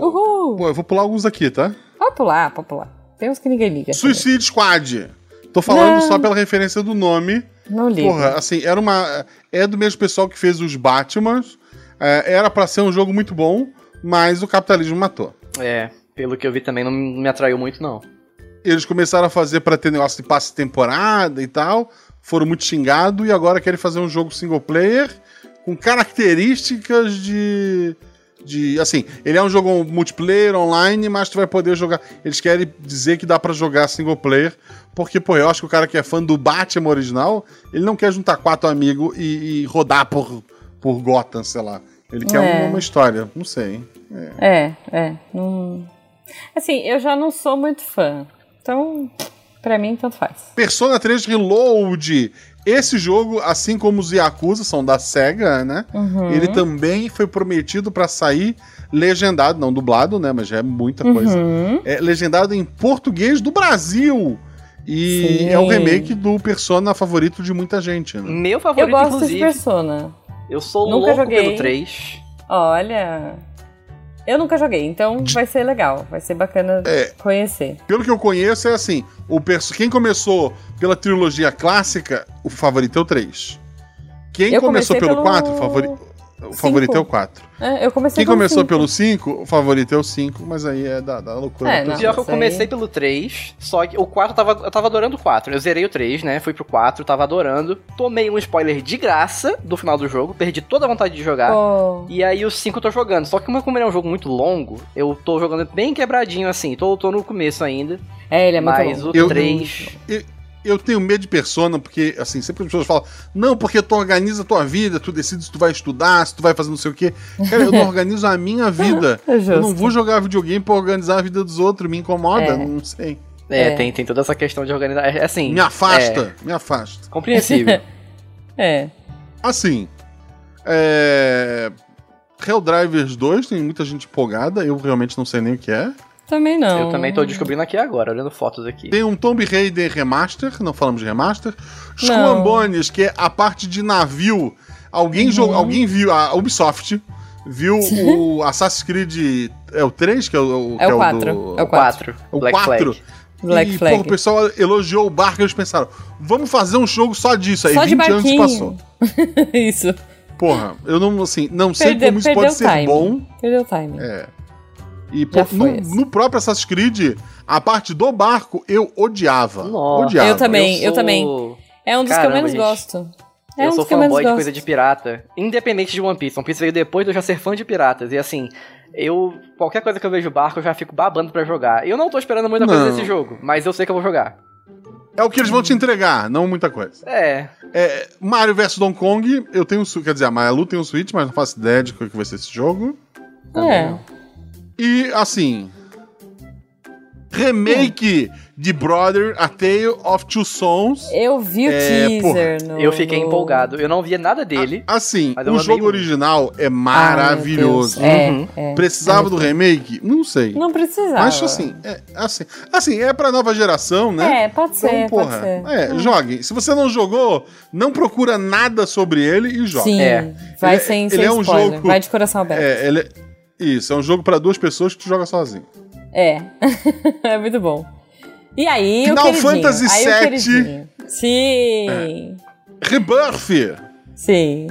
S2: Uhul!
S1: Pô, eu vou pular alguns aqui, tá?
S2: Pode pular, pode pular. Tem uns que ninguém liga.
S1: Suicide Squad. Tô falando
S2: Não.
S1: só pela referência do nome.
S2: Não liga.
S1: Porra, assim, era uma. É do mesmo pessoal que fez os Batmans. É, era pra ser um jogo muito bom, mas o capitalismo matou.
S3: É, pelo que eu vi também, não me atraiu muito, não.
S1: Eles começaram a fazer pra ter negócio de passe de temporada e tal. Foram muito xingados e agora querem fazer um jogo single player com características de. De, assim, ele é um jogo multiplayer online, mas tu vai poder jogar. Eles querem dizer que dá pra jogar single player, porque, pô, eu acho que o cara que é fã do Batman original, ele não quer juntar quatro amigos e, e rodar por, por Gotham, sei lá. Ele quer
S2: É.
S1: uma história, não sei. hein?
S2: É, é. não- Assim, eu já não sou muito fã. Então, pra mim, tanto faz.
S1: Persona 3 Reload. Esse jogo, assim como os Yakuza, são da SEGA, né?
S2: Uhum.
S1: Ele também foi prometido pra sair legendado, não dublado, né? Mas já é muita coisa.
S2: Uhum.
S1: É legendado em português do Brasil. E
S2: Sim.
S1: é um remake do Persona favorito de muita gente, né?
S3: Meu
S2: Eu
S3: favorito,
S2: gosto de
S3: inclusive.
S2: Persona.
S3: Eu sou
S2: Nunca
S3: louco
S2: joguei.
S3: pelo 3.
S2: Olha. Eu nunca joguei, então vai ser legal. Vai ser bacana
S3: É.
S2: conhecer.
S1: Pelo que eu conheço, é assim: o perso... quem começou pela trilogia clássica, o favorito é o 3. Quem
S2: Eu
S1: começou
S2: comecei
S1: pelo
S2: pelo-
S1: 4, o favorito. o favorito é o 4.
S2: É, eu comecei
S1: Quem
S2: pelo
S1: começou
S2: cinco.
S1: pelo 5, o favorito é o 5, mas aí é da, da loucura. da
S2: É, não.
S1: pessoa.
S3: Pior que eu
S2: isso aí-
S3: comecei pelo 3, só que o 4 eu tava, eu tava adorando o 4. Eu zerei o 3, né? Fui pro 4, tava adorando. Tomei um spoiler de graça do final do jogo, perdi toda a vontade de jogar.
S2: Pô,
S3: E aí o 5 eu tô jogando. Só que como ele é um jogo muito longo, eu tô jogando bem quebradinho assim. Tô, tô no começo ainda.
S2: É, ele é muito
S3: mas
S2: bom.
S3: o
S1: Eu-
S3: 3.
S1: Eu tenho medo de persona, porque, assim, sempre que as pessoas falam, não, porque tu organiza a tua vida, tu decide se tu vai estudar, se tu vai fazer não sei o quê. Cara, eu não organizo a minha vida.
S2: É justo.
S1: Eu não vou jogar videogame pra organizar a vida dos outros, me incomoda,
S2: É.
S1: não sei.
S3: É,
S2: É.
S3: Tem, tem toda essa questão de organizar. é, Assim.
S1: Me afasta, me afasta.
S3: é, compreensível.
S2: É.
S1: Assim, é... Hell Drivers 2 tem muita gente empolgada, eu realmente não sei nem o que é.
S2: Também não.
S3: eu também tô descobrindo aqui agora, olhando fotos aqui.
S1: Tem um Tomb Raider Remaster, não falamos de remaster.
S2: Não.
S1: Squambones, que é a parte de navio. Alguém, jogou, alguém viu, a Ubisoft viu o Assassin's Creed. É o 3, que é o,
S2: É
S1: que
S2: o 4.
S1: É o do-
S2: É o 4.
S1: O
S3: Black
S1: 4.
S3: Flag.
S2: Black
S1: e,
S2: Flag.
S1: pô, o pessoal elogiou o barco e eles pensaram: vamos fazer um jogo só disso. Aí
S2: Só de
S1: 20 anos
S2: barquinho.
S1: passou.
S2: Isso.
S1: Porra, eu não, assim, não sei
S2: Perdeu-
S1: como isso
S2: perdeu
S1: pode
S2: o
S1: ser
S2: time.
S1: bom.
S2: Perdeu o time.
S1: É. E
S2: Já
S1: pô, no,
S2: foi esse.
S1: no próprio Assassin's Creed, a parte do barco eu odiava.
S3: Nossa.
S1: Odiava.
S2: Eu também, eu
S3: sou-
S2: também. É um dos
S3: Caramba,
S2: que eu menos
S3: gente.
S2: gosto. É
S3: eu
S2: um
S3: sou
S2: dos que eu menos
S3: fanboy de
S2: gosto.
S3: coisa de pirata. Independente de One Piece. One Piece veio depois de eu já ser fã de piratas. E assim, eu. Qualquer coisa que eu vejo barco, eu já fico babando pra jogar. Eu não tô esperando muita coisa
S1: Não.
S3: desse jogo, mas eu sei que eu vou jogar.
S1: É o que eles vão te entregar, não muita coisa.
S3: É.
S1: É, Mario vs Donkey Kong, eu tenho. um su- Quer dizer, a Malu tem um Switch, mas não faço ideia de qual que vai ser esse jogo.
S2: É.
S1: E, assim. Remake de Brother A Tale of Two Sons.
S2: Eu vi o
S1: É,
S2: teaser. no-
S3: Eu fiquei
S2: no-
S3: empolgado. Eu não via nada dele.
S1: Assim,
S3: Mas eu
S1: o
S3: amei
S1: jogo
S3: muito.
S1: original é
S2: Ah, meu
S1: maravilhoso.
S2: Deus. É,
S3: Uhum.
S2: é.
S1: Precisava do remake? Não sei.
S2: Não precisava.
S1: Acho assim, é, assim, assim, é pra nova geração, né?
S2: É, pode ser, pode ser.
S1: É, joguem. Se você não jogou, não procura nada sobre ele e joga.
S2: Sim,
S3: É.
S2: vai
S1: Ele é-
S2: sem,
S1: ele
S2: sem
S1: é um
S2: spoiler.
S1: jogo-
S2: Vai de coração aberto.
S1: É, ele é- Isso, é um jogo pra duas pessoas que tu joga sozinho.
S2: É. É muito bom. E aí,
S1: Final
S2: o queridinho.
S1: Fantasy
S2: aí
S1: VII.
S2: o queridinho. Sim.
S1: Rebirth!
S2: Sim.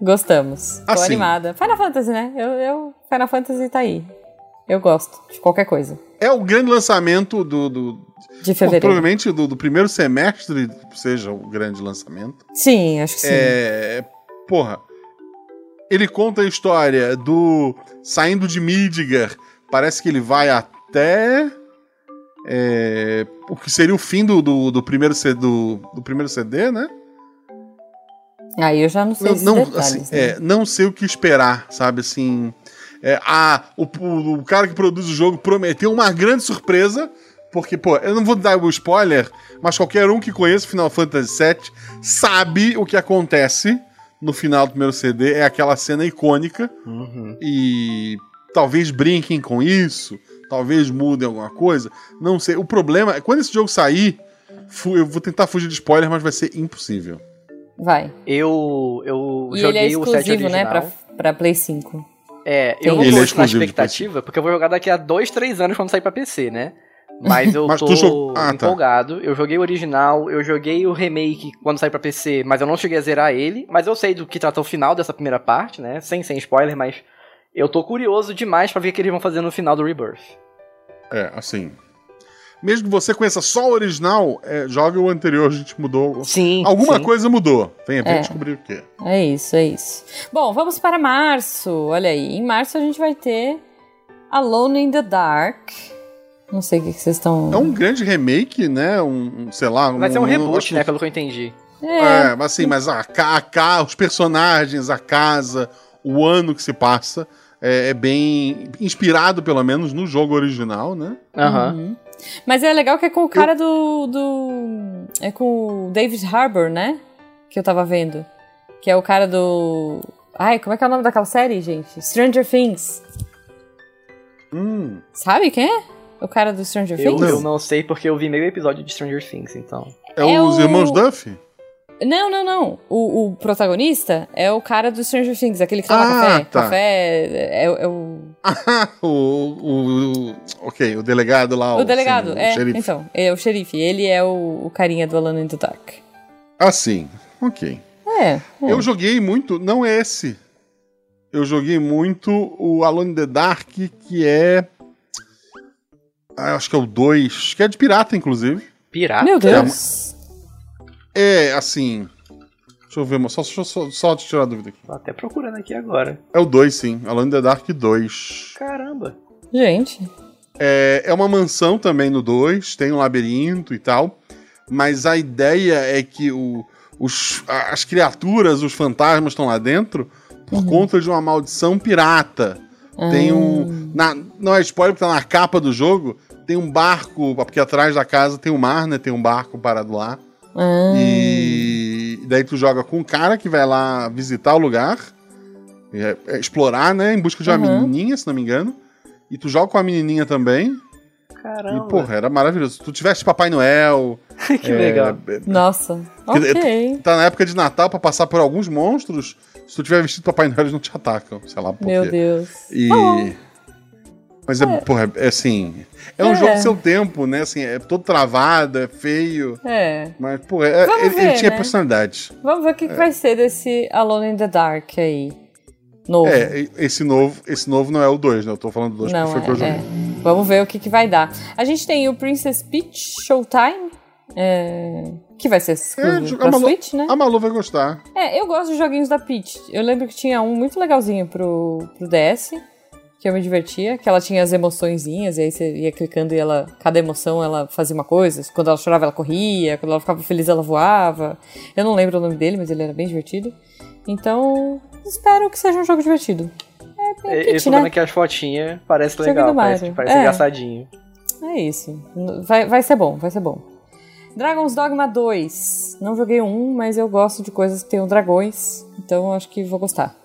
S2: Gostamos. Tô
S1: Assim.
S2: animada. Final Fantasy, né? Eu, eu, Final Fantasy tá aí. Eu gosto de qualquer coisa.
S1: É o grande lançamento do. do-
S2: De
S1: pô,
S2: fevereiro.
S1: provavelmente do, do primeiro semestre, seja o grande lançamento.
S2: Sim, acho que sim.
S1: É. Porra. Ele conta a história do. saindo de Midgar. Parece que ele vai até. é, o que seria o fim do, do, do primeiro, C- do, do primeiro CD, né?
S2: Aí eu já não sei
S1: Não,
S2: esses
S1: não,
S2: detalhes.
S1: assim,
S2: né?
S1: é, não sei o que esperar, sabe? Assim, é, ah, o, o- o cara que produz o jogo prometeu uma grande surpresa, porque, pô, eu não vou dar o spoiler, mas qualquer um que conheça o Final Fantasy VII sabe o que acontece no final do primeiro CD, é aquela cena icônica,
S2: Ah. Uhum.
S1: e talvez brinquem com isso, talvez mudem alguma coisa, não sei. O problema é quando esse jogo sair, fu- eu vou tentar fugir de spoiler, mas vai ser impossível.
S2: Vai.
S3: Eu. Eu
S2: E ele
S3: joguei
S2: é
S3: o set
S2: exclusivo,
S3: original.
S2: né? Pra, pra Play 5.
S3: É, eu
S2: Sim.
S3: não tô
S1: Ele é
S3: hoje na
S1: exclusivo de
S3: expectativa, porque eu vou jogar daqui a dois, três anos quando sair pra PC, né? Mas eu
S1: Mas tu
S3: tô
S1: jogou- Ah, tá.
S3: empolgado. Eu joguei o original, eu joguei o remake quando sair pra PC, mas eu não cheguei a zerar ele. Mas eu sei do que trata o final dessa primeira parte, né? Sem, sem spoiler, mas eu tô curioso demais pra ver o que eles vão fazer no final do Rebirth.
S1: É, assim. Mesmo que você conheça só o original, é, joga o anterior, a gente mudou.
S3: Sim.
S1: Alguma
S3: sim.
S1: coisa mudou. Venha
S2: É.
S1: é. descobrir o quê.
S2: É isso, é isso. Bom, vamos para março. Olha aí, em março a gente vai ter Alone in the Dark. Não sei o que que vocês estão.
S1: É um grande remake, né? Um, um, sei lá.
S3: Vai ser um reboot,
S1: acho-
S3: né? Pelo que eu entendi.
S2: É,
S1: É, mas assim, mas a, ca- a ca- os personagens, a casa, o ano que se passa é, é bem inspirado, pelo menos, no jogo original, né?
S3: Aham.
S2: Uhum. Mas é legal que é com o cara do, do. É com o David Harbour, né? Que eu tava vendo. Que é o cara do. Ai, como é que é o nome daquela série, gente? Stranger Things.
S1: Hum.
S2: Sabe quem é? O cara do Stranger
S3: Eu,
S2: Things?
S3: eu não sei porque eu vi meio episódio de Stranger Things, então.
S1: É,
S2: É
S1: os
S2: o-
S1: irmãos Duff?
S2: Não, não, não. O, o protagonista é o cara do Stranger Things, aquele que toma
S1: Ah,
S2: café.
S1: tá.
S2: Café é, é o.
S1: o, o, o- Ok, o delegado lá.
S2: o delegado,
S1: assim, o
S2: é.
S1: xerife.
S2: Então, é o xerife. Ele é o, o carinha do Alone in the Dark.
S1: Assim, ok.
S2: É. é.
S1: Eu joguei muito, não é esse. eu joguei muito o Alone in the Dark, que é. ah, acho que é o 2, que é de pirata, inclusive. Ah,
S3: Pirata?
S2: Meu Deus.
S1: É, assim. Deixa eu ver, mas só, só, só, só te tirar a dúvida aqui.
S3: Tô até procurando aqui agora.
S1: É o 2, sim. Alone in the Dark 2.
S3: Caramba.
S2: Gente.
S1: É, é uma mansão também no 2, tem um labirinto e tal. Mas a ideia é que o, os, a- as criaturas, os fantasmas estão lá dentro por conta de uma maldição pirata. Tem um. na- não é spoiler, porque tá na capa do jogo. Tem um barco, porque atrás da casa tem o mar, né? Tem um barco parado lá.
S2: Ah,
S1: E daí tu joga com um cara que vai lá visitar o lugar, é- é explorar, né? Em busca de uma
S2: Uhum.
S1: menininha, se não me engano. E tu joga com a menininha também. E,
S3: Caramba.
S2: é.
S1: porra, era maravilhoso. Tu tiveste Papai Noel.
S3: que legal.
S1: é,
S2: Nossa.
S1: dizer,
S2: Ok.
S1: tá na época de Natal pra passar por alguns monstros. Se tu tiver vestido Papai Noel, eles não te atacam. Sei lá por
S2: Meu
S1: quê.
S2: Deus. Tá
S1: E. Mas é, porra, é assim. É um
S2: É.
S1: jogo do seu tempo, né? Assim, é todo travado, é feio.
S2: É.
S1: Mas, porra, é-
S2: Vamos
S1: ele, ele
S2: ver,
S1: tinha
S2: né?
S1: personalidade.
S2: Vamos ver o que, que vai ser desse Alone in the Dark aí. Novo.
S1: É, e- esse novo, esse novo não é o 2, né? Eu tô falando do 2 porque
S2: Não,
S1: foi o que eu
S2: é,
S1: joguei.
S2: é. Vamos ver o que, que vai dar. A gente tem o Princess Peach Showtime. é, que vai ser exclusivo pra
S1: Malu-
S2: Switch, né?
S1: é a Malu vai gostar.
S2: É, eu gosto dos joguinhos da Peach. Eu lembro que tinha um muito legalzinho pro, pro DS, que eu me divertia, que ela tinha as emoçõezinhas, e aí você ia clicando e ela, cada emoção ela fazia uma coisa. Quando ela chorava, ela corria, quando ela ficava feliz, ela voava. Eu não lembro o nome dele, mas ele era bem divertido. Então, espero que seja um jogo divertido. É, é
S3: Eu
S2: Peach,
S3: tô vendo
S2: né?
S3: aqui as fotinhas, parece
S2: Jogo
S3: legal,
S2: do
S3: parece,
S2: Mario.
S3: parece
S2: É.
S3: engraçadinho.
S2: É isso. N- Vai, vai ser bom, vai ser bom. Dragon's Dogma 2. Não joguei o um, mas eu gosto de coisas que tenham dragões, então acho que vou gostar.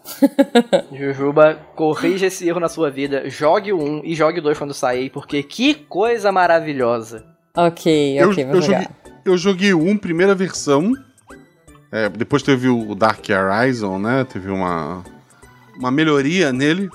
S3: Jujuba, corrija esse erro na sua vida. Jogue o 1 e jogue o 2 quando sair, porque que coisa maravilhosa.
S2: Ok,
S1: Eu,
S2: ok, vou
S1: eu
S2: jogar.
S1: joguei, eu joguei o 1, primeira versão. É, depois teve o Dark Horizon, né? Teve uma, uma melhoria nele.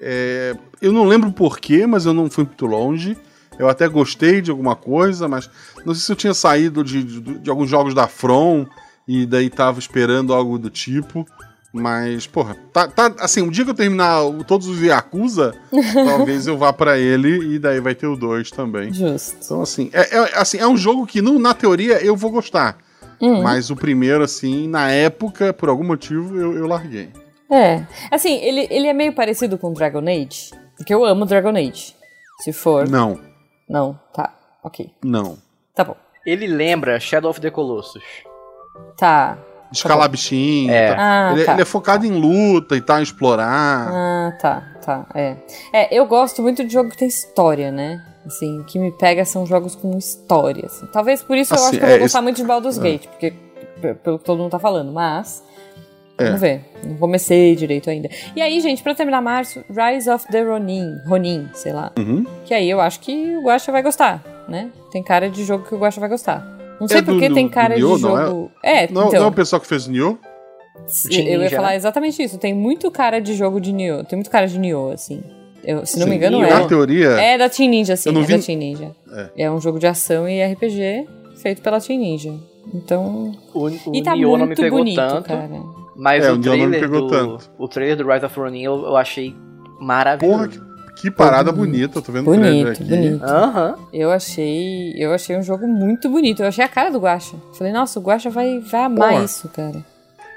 S1: É, eu não lembro porquê, mas eu não fui muito longe. Eu até gostei de alguma coisa, mas não sei se eu tinha saído de, de- de alguns jogos da From e daí tava esperando algo do tipo. Mas, porra, tá, tá- assim, um dia que eu terminar o- todos os Yakuza, talvez eu vá pra ele e daí vai ter o 2 também.
S2: Justo.
S1: Então, assim é, é- assim, é um jogo que, no- na teoria, eu vou gostar.
S2: Hum,
S1: Mas o primeiro, assim, na época, por algum motivo, eu, eu larguei.
S2: É. Assim, ele, ele é meio parecido com Dragon Age. Porque eu amo Dragon Age. Se for. Não,
S1: Não,
S2: tá. Ok.
S1: não.
S2: Tá bom.
S3: Ele lembra Shadow of the Colossus.
S2: Tá.
S1: Escalar bichinho.
S3: É.
S1: tá.
S2: Ah,
S1: ele,
S2: tá.
S1: ele é focado em luta e tal, em explorar.
S2: Ah, tá, tá. É. É, eu gosto muito de jogo que tem história, né? Assim, o que me pega são jogos com história. assim. Talvez por isso eu
S1: Assim,
S2: acho que eu
S1: é,
S2: vou gostar
S1: isso-
S2: muito de Baldur's Gate, porque p- pelo que todo mundo tá falando, mas.
S1: É.
S2: Vamos ver. Não comecei direito ainda. E aí, gente, pra terminar março, Rise of the Ronin. Ronin, sei lá.
S1: Uhum.
S2: Que aí eu acho que o Guacha vai gostar, né? Tem cara de jogo que o Guacha vai gostar. Não sei
S1: É do-
S2: porque
S1: do-
S2: tem
S1: do
S2: cara
S1: Nioh,
S2: de
S1: não é?
S2: jogo. É,
S1: Não,
S2: então.
S1: não é o pessoal que fez o Nioh?
S3: De
S2: eu ia
S3: ninja,
S2: falar
S3: né?
S2: exatamente isso. Tem muito cara de jogo de Nioh. Tem muito cara de Nioh, assim. Eu- se não me
S1: Sim.
S2: engano,
S3: Nioh.
S1: Na
S2: é.
S1: teoria,
S2: É da Team Ninja, sim.
S1: Eu não
S2: É
S1: vi-
S2: da Team Ninja. É. um jogo de ação e RPG feito pela Team Ninja. Então.
S3: O, o
S2: e tá
S3: Nioh
S2: muito
S3: não me pegou
S2: bonito,
S3: tanto,
S2: cara.
S3: mas
S1: É, o
S3: o,
S1: Nioh não me
S3: trailer
S1: pegou
S3: do,
S1: tanto.
S3: o trailer do Rise of Ronin eu, eu achei
S1: porra,
S3: maravilhoso.
S1: que, que parada
S2: Bonito.
S1: bonita. Eu tô vendo o trailer
S2: Bonito,
S1: aqui.
S2: bonito.
S3: Aham.
S2: Eu achei. Eu achei um jogo muito bonito. Eu achei a cara do Guacha. Falei, nossa, o Guacha vai, vai amar
S1: Porra.
S2: isso, cara.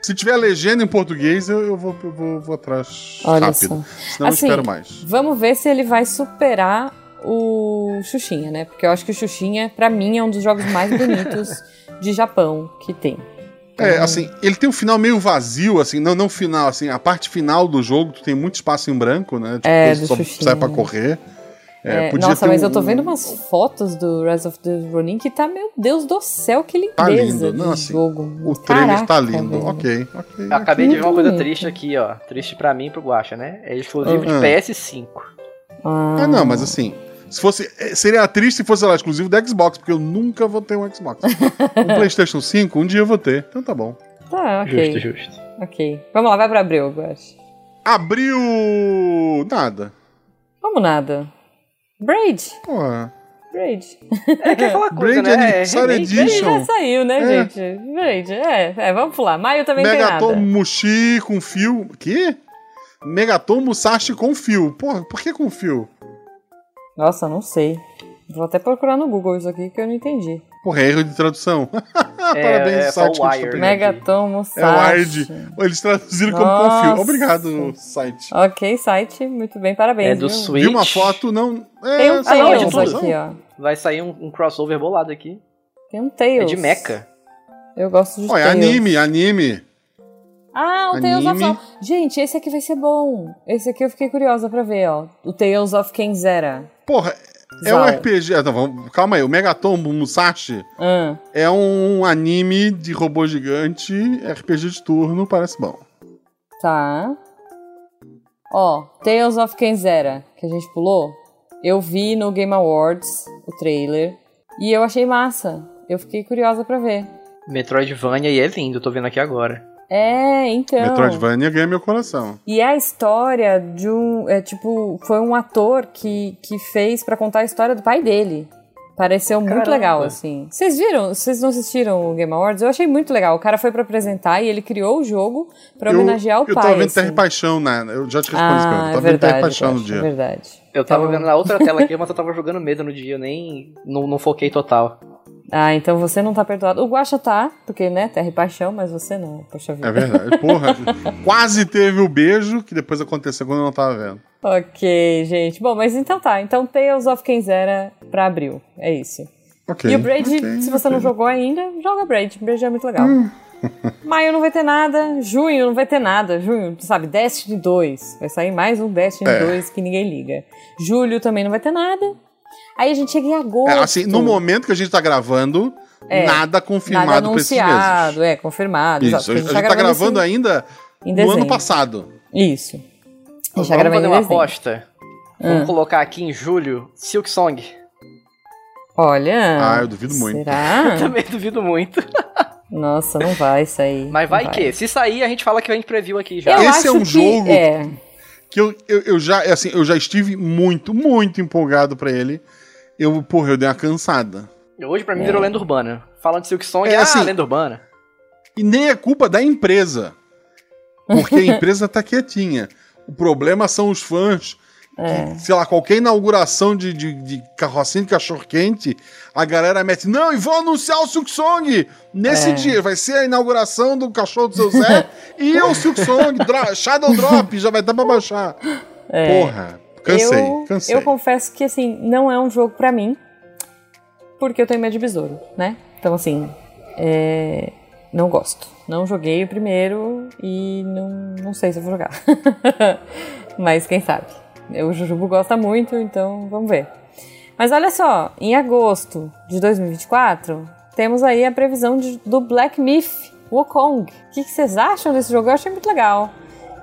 S1: Se tiver legenda em português, eu, eu vou, eu vou, vou atrás
S2: Olha
S1: rápido. Senão
S2: Assim,
S1: eu espero mais.
S2: Vamos ver se ele vai superar o Xuxinha, né? Porque eu acho que o Xuxinha, pra mim, é um dos jogos mais bonitos de Japão que tem. Uhum.
S1: É, assim, ele tem um final meio vazio, assim, não, não final, assim, a parte final do jogo, tu tem muito espaço em branco, né? Tipo,
S2: É,
S1: tu
S2: do
S1: só
S2: Xuxinha,
S1: sai pra
S2: né?
S1: correr. É,
S2: É,
S1: podia
S2: nossa,
S1: ter
S2: mas
S1: um-
S2: eu tô vendo umas fotos do Rise of the Ronin que tá, meu Deus do céu, que lindeza
S1: Tá lindo,
S2: de
S1: não, assim,
S2: jogo.
S1: O trailer tá
S2: Caraca,
S1: lindo.
S2: velho.
S1: Ok, ok.
S3: Eu acabei de ver uma
S2: Muito
S3: coisa
S2: bonito.
S3: triste aqui, ó. Triste pra mim e pro Guacha, né? É exclusivo de
S1: Aham.
S3: PS5.
S1: Ah, não, mas assim, se fosse. eh, Seria triste se fosse sei lá exclusivo da Xbox, porque eu nunca vou ter um Xbox. um Playstation 5, um dia eu vou ter. Então tá bom.
S2: Tá, ok.
S3: Justo, justo.
S2: Ok. Vamos lá, vai pra abril, eu acho.
S1: Abriu. Nada.
S2: Vamos nada. Braid.
S1: Porra.
S2: Braid.
S3: É que é aquela coisa,
S1: Brand
S3: né? É
S1: Aniversário
S3: remake, né?
S2: Braid
S1: Edition.
S2: já saiu, né,
S1: É.
S2: gente? Braid, é, é, vamos pular. Maio também tem nada.
S1: Megaton Mushi com fio. Que? Megaton Musashi com fio. Porra, por que com fio?
S2: Nossa, não sei. Vou até procurar no Google isso aqui que eu não entendi.
S1: Porra, é erro de tradução. Parabéns,
S3: é
S1: site.
S3: só o
S1: que
S3: Wired.
S1: descobriu.
S2: Megaton
S1: É o Wired.
S2: Musashi.
S1: Eles traduziram como com
S2: Nossa.
S1: fio. Obrigado, site.
S2: Ok, site. Muito bem, parabéns.
S3: É do
S2: viu?
S3: Switch.
S1: Vi uma foto, não. É,
S2: Tem um
S1: sei
S3: não,
S1: lá,
S3: é de
S2: Tails
S1: tradução.
S2: aqui, ó.
S3: Vai sair um, um crossover bolado aqui.
S2: Tem um Tails.
S3: É de mecha.
S2: Eu gosto de
S1: Ó, é
S2: Tails.
S1: anime, anime.
S2: Ah, o Tales of
S1: Anime.
S2: Sal- Gente, esse aqui vai ser bom. Esse aqui eu fiquei curiosa pra ver, ó. O Tales of Kenzera.
S1: Porra, é
S2: Zal.
S1: um RPG. Ah, não, vamos- calma aí, o Megaton Musashi
S2: Ah,
S1: é um anime de robô gigante, RPG de turno, parece bom.
S2: tá. Ó, Tales of Kenzera, que a gente pulou. Eu vi no Game Awards o trailer. E eu achei massa. Eu fiquei curiosa pra ver.
S3: Metroidvania e é lindo, tô vendo aqui agora.
S2: É, então.
S1: Metroidvania ganha meu coração.
S2: E é a história de um. É, tipo, foi um ator que, que fez pra contar a história do pai dele. Pareceu muito
S3: Caramba.
S2: legal, assim. Vocês viram? Vocês não assistiram o Game Awards? Eu achei muito legal. O cara foi pra apresentar e ele criou o jogo pra homenagear o
S1: eu
S2: pai.
S1: tava vendo
S2: assim.
S1: Terra e Paixão, né? Eu já te respondi isso, cara. Eu
S2: ah,
S1: tava
S2: é
S1: vendo Terra e
S2: verdade,
S1: Paixão no
S2: Guaxa, é
S1: dia.
S2: verdade.
S3: Eu tava
S2: Então-
S3: vendo na outra tela aqui, mas eu tava jogando medo no dia, eu nem. Não, não foquei total.
S2: Ah, então você não tá perdoado. O Guaxa tá, porque, né, Terra e Paixão, mas você não, poxa vida.
S1: É verdade. Porra, quase teve o beijo que depois aconteceu quando eu não tava vendo.
S2: Ok, gente. Bom, mas então tá. Então Tales of Kenzera pra abril. É isso.
S1: Ok.
S2: E o Braid,
S1: ok,
S2: se você não
S1: ok.
S2: jogou ainda, joga Braid. Braid é muito legal.
S1: Hum.
S2: Maio não vai ter nada, junho não vai ter nada. Junho, tu sabe, Destiny 2. Vai sair mais um Destiny
S1: É.
S2: 2 que ninguém liga. Julho também não vai ter nada. Aí a gente chega em agosto.
S1: É, assim, no momento que a gente tá gravando,
S2: tipo, É,
S1: nada
S2: nada
S1: confirmado pra esses meses.
S2: anunciado, é, confirmado.
S1: Isso,
S2: exato,
S1: a gente
S2: porque
S1: tá gravando,
S2: isso
S1: ainda
S2: em
S1: no
S2: dezembro.
S1: ano passado.
S2: Isso. A gente tá
S3: Vamos
S2: gravando
S3: fazer
S2: em
S3: uma
S2: dezembro.
S3: aposta. Vamos colocar aqui em julho Silk Song.
S2: Olha.
S1: Ah, eu duvido muito.
S2: Será?
S3: Também duvido muito.
S2: Nossa, não vai sair.
S3: Mas vai,
S2: não
S3: que, se sair, a gente fala que a gente previu aqui já.
S2: Eu
S1: Esse
S2: acho
S1: é um
S2: que-
S1: jogo-
S2: É.
S1: Que eu, eu, eu já, é assim, eu já estive muito, muito empolgado pra ele. Eu, porra, eu dei uma cansada.
S3: Hoje pra mim virou lenda urbana. Falando de Silk Song,
S1: É,
S3: ah,
S1: assim-
S3: lenda urbana.
S1: E nem é culpa da empresa. Porque a empresa tá quietinha. O problema são os fãs. que,
S2: É.
S1: sei lá, qualquer inauguração de, de, de carrocinha de cachorro-quente, a galera mete, não, e vou anunciar o Silk Song
S2: É.
S1: nesse dia. Vai ser a inauguração do cachorro do seu Zé e o Silk Song, dro- Shadow Drop, já vai dar pra baixar. Porra, cansei,
S2: É. eu,
S1: cansei.
S2: Eu confesso que, assim, não é um jogo pra mim, porque eu tenho medo de besouro, né? Então, assim, é, não gosto. Não joguei o primeiro e não, não sei se eu vou jogar. Mas quem sabe. O Jujubo gosta muito, então vamos ver. Mas olha só, em agosto de 2024, temos aí a previsão de- do Black Myth Wukong. O que que vocês acham desse jogo? Eu achei muito legal.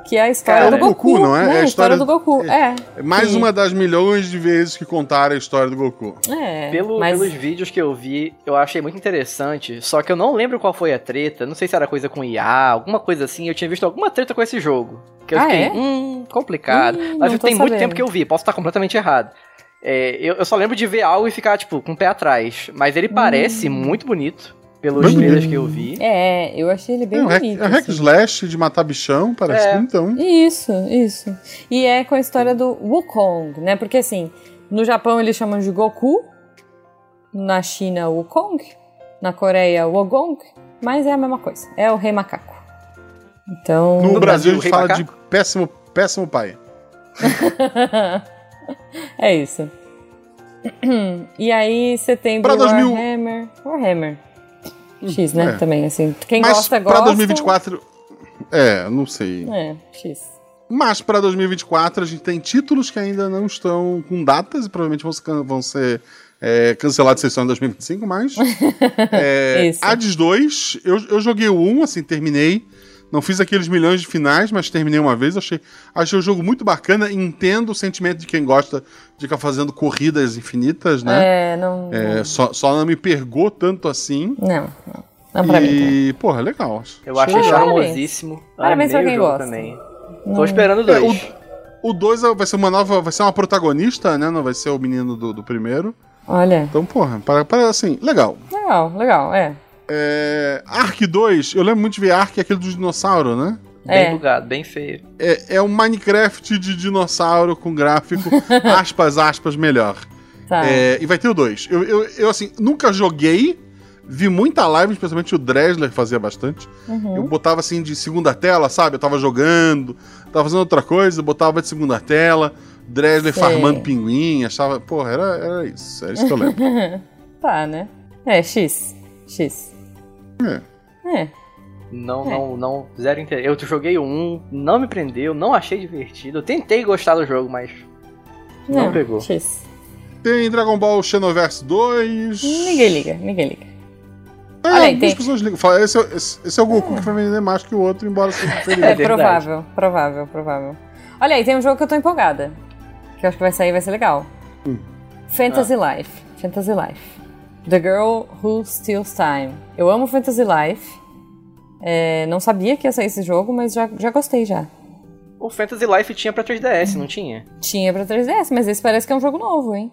S2: Que é a história
S3: Cara,
S2: do Goku,
S1: Goku, não é?
S2: né?
S1: É
S2: a história
S1: história-
S2: do Goku. É.
S1: Mais
S2: Sim.
S1: uma das milhões de vezes que contaram a história do Goku.
S2: É,
S3: Pelo-
S2: mas
S3: Pelos vídeos que eu vi, eu achei muito interessante. Só que eu não lembro qual foi a treta. Não sei se era coisa com IA, alguma coisa assim. Eu tinha visto alguma treta com esse jogo. Que eu
S2: Ah,
S3: fiquei,
S2: é?
S3: hum, complicado.
S2: Hum,
S3: Mas
S2: não
S3: eu-
S2: tô
S3: tem muito
S2: sabendo.
S3: tempo que eu vi, posso estar completamente errado. É, eu, eu só lembro de ver algo e ficar, tipo, com o pé atrás. Mas ele
S2: Hum.
S3: parece muito bonito, pelos
S1: Bem
S3: trailers que eu vi.
S2: é, eu achei ele bem
S1: É um hack,
S2: bonito.
S1: é um hack
S2: assim.
S1: slash de matar bichão, parece.
S3: É.
S1: Então,
S2: Isso, isso. E é com a história do Wukong, né? Porque assim, no Japão eles chamam de Goku, na China Wukong, na Coreia Wogong, mas é a mesma coisa. É o Rei Macaco. Então.
S1: no,
S3: No Brasil,
S1: Brasil a
S3: Rei
S1: gente fala de
S3: Macaco?
S1: péssimo, péssimo pai.
S2: é isso. E aí, setembro
S1: Pra 2000
S2: Warhammer. Warhammer. X, né?
S1: é.
S2: Também, assim. Quem
S1: Mas
S2: gosta,
S1: pra
S2: gosta.
S1: 2024. É, não sei.
S2: É, X.
S1: Mas pra 2024 a gente tem títulos que ainda não estão com datas e provavelmente vão, se can- vão ser é, cancelados sessão em 2025, mas. é,
S2: Isso.
S1: Hades 2, eu, eu joguei o 1, assim, terminei. Não fiz aqueles milhões de finais, mas terminei uma vez. Achei, achei o jogo muito bacana. Entendo o sentimento de quem gosta de ficar fazendo corridas infinitas, né?
S2: É, não.
S1: É, só, só não me pegou tanto assim.
S2: Não, não. Não pra mim.
S1: e, porra, legal.
S2: É,
S3: Eu achei
S2: Parabéns.
S3: charmosíssimo.
S2: Parabéns pra
S3: Amei
S2: quem
S3: o jogo
S2: gosta. Hum.
S3: Também. Tô esperando
S1: É,
S3: dois.
S1: O 2 vai ser uma nova. Vai ser uma protagonista, né? Não vai ser o menino do, do primeiro.
S2: tá. Olha,
S1: Então, porra, para, para assim, legal.
S2: legal, legal, é.
S1: É, Ark 2, eu lembro muito de ver Ark, aquele do dinossauro, né?
S3: Bem
S2: É.
S3: bugado, bem feio.
S1: É, é um Minecraft de dinossauro com gráfico, aspas, aspas, melhor.
S2: Tá.
S1: É, e vai ter o 2. Eu, eu, eu, assim, nunca joguei, vi muita live, especialmente o Dresler fazia bastante.
S2: Uhum.
S1: Eu botava assim de segunda tela, sabe? Eu tava jogando, tava fazendo outra coisa, botava de segunda tela, Dresler
S2: Sei.
S1: farmando pinguim, achava. Porra, era, era isso, era isso que eu lembro.
S2: tá, né? É, X. X. É.
S3: Não,
S2: É.
S3: não, não. Zero interesse. Eu joguei o um, não me prendeu, não achei divertido. Eu tentei gostar do jogo, mas. Não
S2: é,
S3: pegou.
S2: X.
S1: Tem Dragon Ball Xenoverse 2.
S2: Ninguém liga, ninguém liga.
S1: É,
S2: Olha aí,
S1: algumas
S2: tem- Hum.
S1: pessoas ligam. Fala, esse, é, esse, esse é o Goku que vai vender mais que o outro, embora seja
S2: É,
S1: diferente.
S3: verdade.
S2: provável, provável, provável. Olha aí, tem um jogo que eu tô empolgada. Que eu acho que vai sair e vai ser legal.
S3: Hum.
S2: Fantasy
S1: Ah.
S2: Life. Fantasy Life. The Girl Who Steals Time. Eu amo Fantasy Life. É, não sabia que ia sair esse jogo, mas já, já gostei já.
S3: O Fantasy Life tinha pra 3DS, não tinha?
S2: Tinha pra 3DS, mas esse parece que é um jogo novo, hein?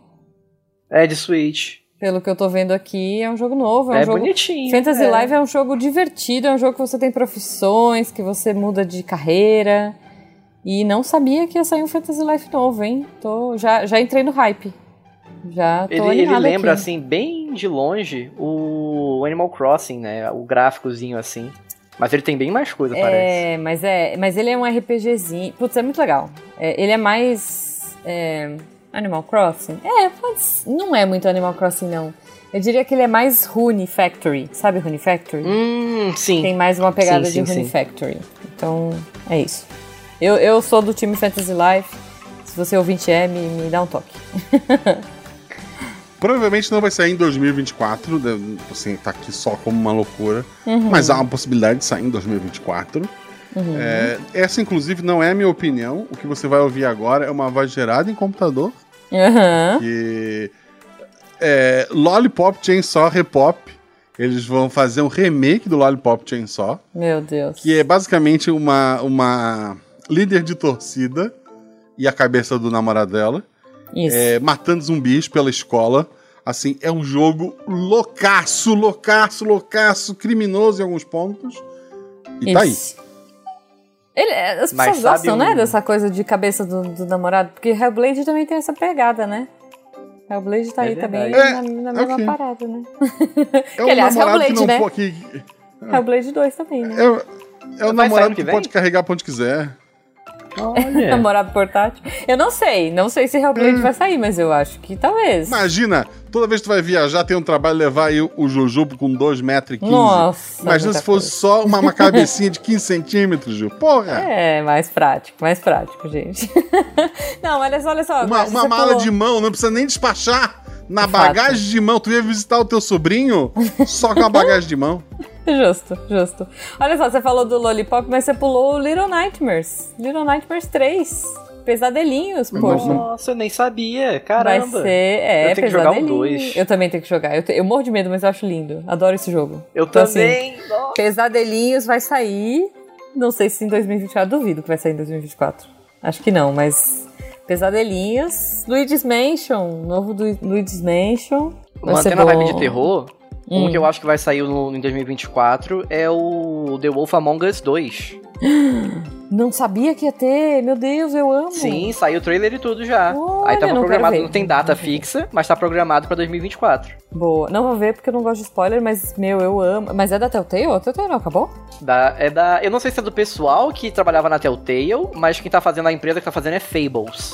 S3: É de Switch.
S2: Pelo que eu tô vendo aqui, é um jogo novo. É, um
S3: É,
S2: jogo...
S3: bonitinho.
S2: Fantasy
S3: é.
S2: Live é um jogo divertido, é um jogo que você tem profissões, que você muda de carreira. E não sabia que ia sair um Fantasy Life novo, hein? Tô, já, já entrei no hype. Já tô
S3: Ele, ele
S2: animada
S3: lembra,
S2: aqui.
S3: assim, bem de longe o Animal Crossing, né? O gráficozinho assim. Mas ele tem bem mais coisa, parece.
S2: É, mas é, mas ele é um RPGzinho. Putz, é muito legal. É, ele é mais é, Animal Crossing. É, pode, s- não é muito Animal Crossing não. Eu diria que ele é mais Rune Factory, sabe Rune Factory?
S3: Hum, sim.
S2: tem mais uma pegada
S3: Sim, sim,
S2: de Rune
S3: sim.
S2: Factory. Então, é isso. Eu, eu sou do time Fantasy Life. Se você ouvinte é, me, me dá um toque.
S1: Provavelmente não vai sair em 2024, né, assim, tá aqui só como uma loucura. Mas há uma possibilidade de sair em 2024. É, essa, inclusive, não é a minha opinião. O que você vai ouvir agora é uma voz gerada em computador.
S2: Aham.
S1: Que é, Lollipop Chainsaw Repop. Eles vão fazer um remake do Lollipop Chainsaw.
S2: Meu Deus.
S1: Que é basicamente uma, uma líder de torcida e a cabeça do namorado dela.
S2: Isso.
S1: é, matando zumbis pela escola. Assim, é um jogo loucaço, loucaço, loucaço, criminoso em alguns pontos. E tá aí.
S2: Isso. Ele- é, as
S3: Mas
S2: pessoas
S3: sabe
S2: gostam,
S3: um-
S2: né, dessa coisa de cabeça do, do namorado, porque Hellblade também tem essa pegada, né? Hellblade tá
S3: É
S2: aí também
S1: verdade.
S2: na, na
S1: É,
S2: mesma
S1: ok.
S2: parada, né?
S1: É
S2: aliás,
S1: namorado
S2: Hellblade, né?
S1: po- que-
S2: Hellblade 2 também, né?
S1: é, é o
S3: Vai sair
S1: namorado
S3: ano
S1: que
S3: que
S1: pode carregar pra onde quiser.
S3: Olha.
S2: Namorado portátil. Eu não sei, não sei se Hellblade
S1: Hum.
S2: vai sair, mas eu acho que talvez.
S1: Imagina, toda vez que tu vai viajar, tem um trabalho levar aí o Jujubo com 2,15m.
S2: Nossa.
S1: Imagina
S2: muita
S1: se fosse só uma, uma cabecinha de 15 centímetros, Ju. Porra!
S2: É, mais prático, mais prático, gente. não, olha só, olha só.
S1: Uma, uma
S2: agora É, você
S1: mala
S2: falou-
S1: de mão, não precisa nem despachar. Na
S2: De fato.
S1: bagagem de mão, tu ia visitar o teu sobrinho só com a bagagem de mão.
S2: Justo, justo. Olha só, você falou do Lollipop, mas você pulou o Little Nightmares. Little Nightmares 3. Pesadelinhos, poxa.
S3: Nossa, eu nem sabia. Caramba.
S2: Vai ser, é,
S3: Eu tenho que jogar um
S2: pesadelinho.
S3: dois.
S2: Eu também tenho que jogar. Eu, te- eu morro de medo, mas eu acho lindo. Adoro esse jogo.
S3: Eu
S2: Então, assim,
S3: também. Nossa.
S2: Pesadelinhos vai sair. Não sei se em 2024, duvido que vai sair em 2024. Acho que não, mas. Pesadelinhos. Luigi's Mansion. Novo do Luigi's Mansion. Vai ser
S3: Mantendo a vibe
S2: bom. Hum.
S3: de terror, um que eu acho que vai sair no, em 2024 é o The Wolf Among Us 2.
S2: Não sabia que ia ter. Meu Deus, eu amo.
S3: Sim, saiu o trailer e tudo já.
S2: Olha,
S3: Aí tava
S2: não quero
S3: programado,
S2: ver.
S3: não tem data fixa, mas tá programado pra 2024.
S2: Boa. Não vou ver porque eu não gosto de spoiler, mas, meu, eu amo. Mas é da Telltale? A Telltale não acabou?
S3: Da, é da. Eu não sei se é do pessoal que trabalhava na Telltale, mas quem tá fazendo a empresa que tá fazendo é Fables.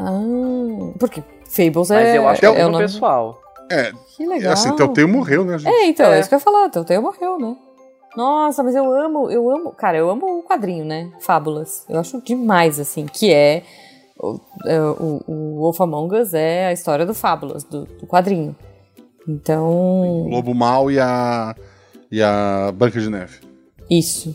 S2: Ah, porque Fables
S3: Mas
S2: é.
S3: eu acho que
S2: é
S3: é
S2: o
S3: do
S2: nome-
S3: pessoal.
S1: É,
S2: Que
S1: é
S2: legal.
S1: assim, Telltale morreu, né, gente?
S2: É, então, é.
S3: É.
S2: isso que eu ia falar. Telltale morreu, né? Nossa, mas eu amo, eu amo. Cara, eu amo o quadrinho, né? Fábulas. Eu acho demais, assim, que é. O, é, o, o Wolf Among Us é a história do Fábulas, do, do quadrinho. Então.
S1: O Lobo Mal e a. E a Branca de Neve.
S2: Isso.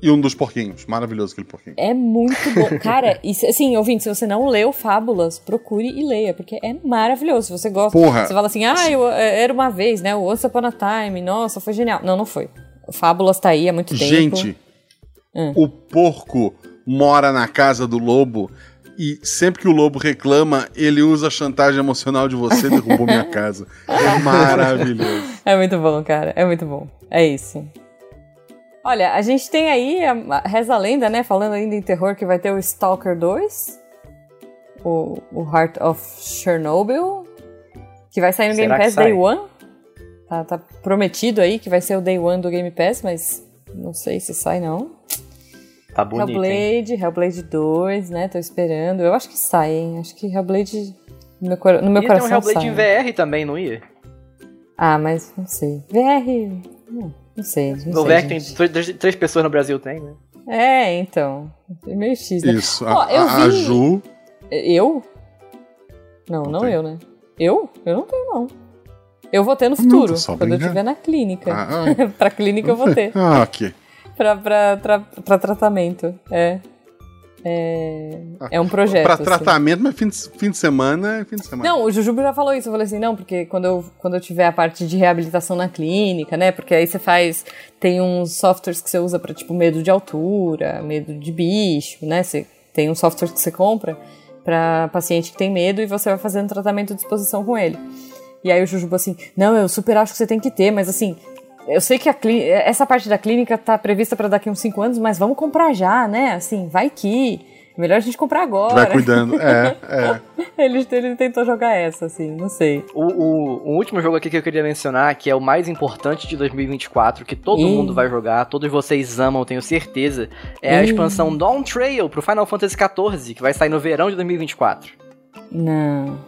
S1: E um dos porquinhos. Maravilhoso aquele porquinho.
S2: É muito bom. Cara, e, se- assim, ouvinte, se você não leu Fábulas, procure e leia, porque é maravilhoso. Se você gosta.
S1: Porra.
S2: Você fala assim, ah, eu, é, era uma vez, né? O Once Upon a Time, nossa, foi genial. Não, não foi. Fábulas tá aí há muito tempo. É.
S1: Gente, o porco mora na casa do lobo e sempre que o lobo reclama, ele usa a chantagem emocional de você derrubou minha casa. É maravilhoso.
S2: É muito bom, cara. É muito bom. É isso. Olha, a gente tem aí, a, a, reza a lenda, né? Falando ainda em terror, que vai ter o Stalker 2, o, o Heart of Chernobyl, que vai sair no
S3: Será
S2: Game
S3: que
S2: Pass
S3: sai?
S2: Day One. Tá, tá prometido aí que vai ser o Day One do Game Pass, mas não sei se sai não.
S3: Tá bonito, hein?
S2: Hellblade, Hellblade 2, né? Tô esperando. Eu acho que sai, hein? Acho que Hellblade. No meu, cora- no meu
S3: Ia ter um
S2: coração.
S3: Hellblade
S2: sai.
S3: em VR também, não ia?
S2: Ah, mas não sei. VR. Não, não sei. Não
S3: No
S2: sei,
S3: VR tem
S2: gente.
S3: três, três pessoas no Brasil, tem, né?
S2: É, então. É meio X, né?
S1: Isso.
S2: Ó,
S1: a,
S2: eu
S1: a- a
S2: vi-
S1: Ju.
S2: Eu? Não,
S1: Não
S2: não,
S1: tem.
S2: eu, né? Eu? Eu não tenho, não. Eu vou ter no futuro,
S1: só
S2: quando eu
S1: brincando.
S2: estiver na clínica.
S1: Ah,
S2: pra clínica eu vou ter.
S1: ah, ok.
S2: Pra, pra, tra- pra tratamento. É. É, é um projeto.
S1: Pra
S2: assim.
S1: tratamento, mas fim de, fim de semana é fim de semana.
S2: Não, o Jujubo já falou isso. Eu falei assim, não, porque quando eu, quando eu tiver a parte de reabilitação na clínica, né? Porque aí você faz. Tem uns softwares que você usa pra, tipo, medo de altura, medo de bicho, né? Você, tem um software que você compra pra paciente que tem medo e você vai fazendo tratamento de exposição com ele. E aí o Jujubo assim, não, eu super acho que você tem que ter, mas assim. Eu sei que a clí- essa parte da clínica tá prevista pra daqui uns 5 anos, mas vamos comprar já, né? Assim, vai que. Melhor a gente comprar agora.
S1: Vai cuidando. É, é.
S2: Ele, ele tentou jogar essa, assim, não sei.
S3: O, o- o último jogo aqui que eu queria mencionar, que é o mais importante de 2024, que todo
S2: Ih.
S3: mundo vai jogar, todos vocês amam, tenho certeza, é a
S2: Ih.
S3: expansão Dawn Trail pro Final Fantasy XIV, que vai sair no verão de 2024.
S2: Não.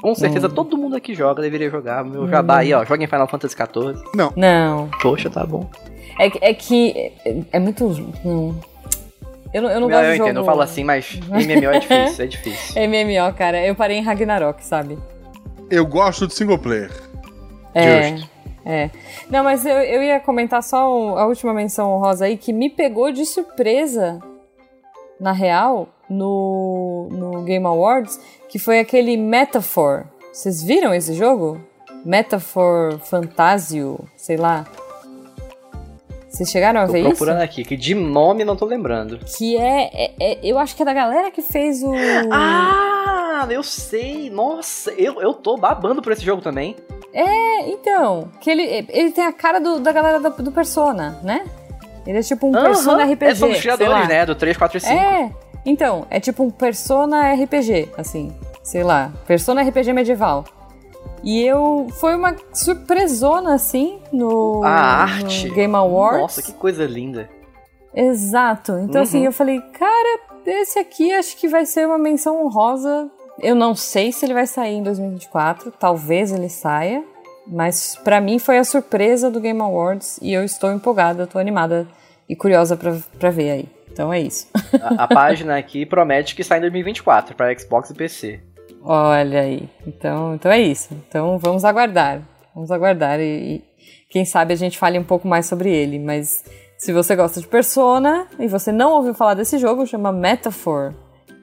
S3: Com certeza
S2: Hum.
S3: todo mundo aqui joga, deveria jogar. Meu jabá aí, ó, joga em Final Fantasy XIV.
S2: Não.
S3: Poxa, tá bom.
S2: É, que- é que. É, é muito. Não. Eu, não- eu não
S3: Não,
S2: gosto
S3: eu
S2: de jogo.
S3: entendo, eu falo assim, mas MMO é difícil, é difícil.
S2: MMO, cara. Eu parei em Ragnarok, sabe?
S1: Eu gosto de single player.
S2: É.
S1: Justo.
S2: É. Não, mas eu, eu ia comentar só o- a última menção honrosa aí, que me pegou de surpresa, na real, no, no Game Awards, que foi aquele Metaphor. Vocês viram esse jogo? Metaphor Fantasio, sei lá. Vocês chegaram a
S3: Tô
S2: ver É, isso?
S3: procurando aqui, que de nome não tô lembrando.
S2: Que é, é- é- Eu acho que é da galera que fez o.
S3: Ah, eu sei! Nossa, eu, eu tô babando por esse jogo também.
S2: É, então. Que ele, ele tem a cara do- da galera do, do Persona, né? Ele é tipo um Persona
S3: Aham,
S2: RPG.
S3: É, são os
S2: sei lá.
S3: criadores, né? Do 3, 4 e 5.
S2: É, então, é tipo um Persona RPG, assim, sei lá, Persona RPG medieval. E eu. Foi uma surpresona, assim, no,
S3: A
S2: no
S3: arte.
S2: Game Awards.
S3: Nossa, que coisa linda.
S2: Exato. Então,
S3: Uhum.
S2: assim, eu falei, cara, esse aqui acho que vai ser uma menção honrosa. Eu não sei se ele vai sair em 2024, talvez ele saia, mas pra mim foi a surpresa do Game Awards e eu estou empolgada, eu tô animada e curiosa pra, pra ver aí. Então é isso.
S3: A, a página aqui promete que sai em 2024 pra Xbox e PC.
S2: Olha aí. Então, então é isso. Então vamos aguardar. Vamos aguardar e, e quem sabe a gente fale um pouco mais sobre ele. Mas se você gosta de Persona e você não ouviu falar desse jogo, chama Metaphor.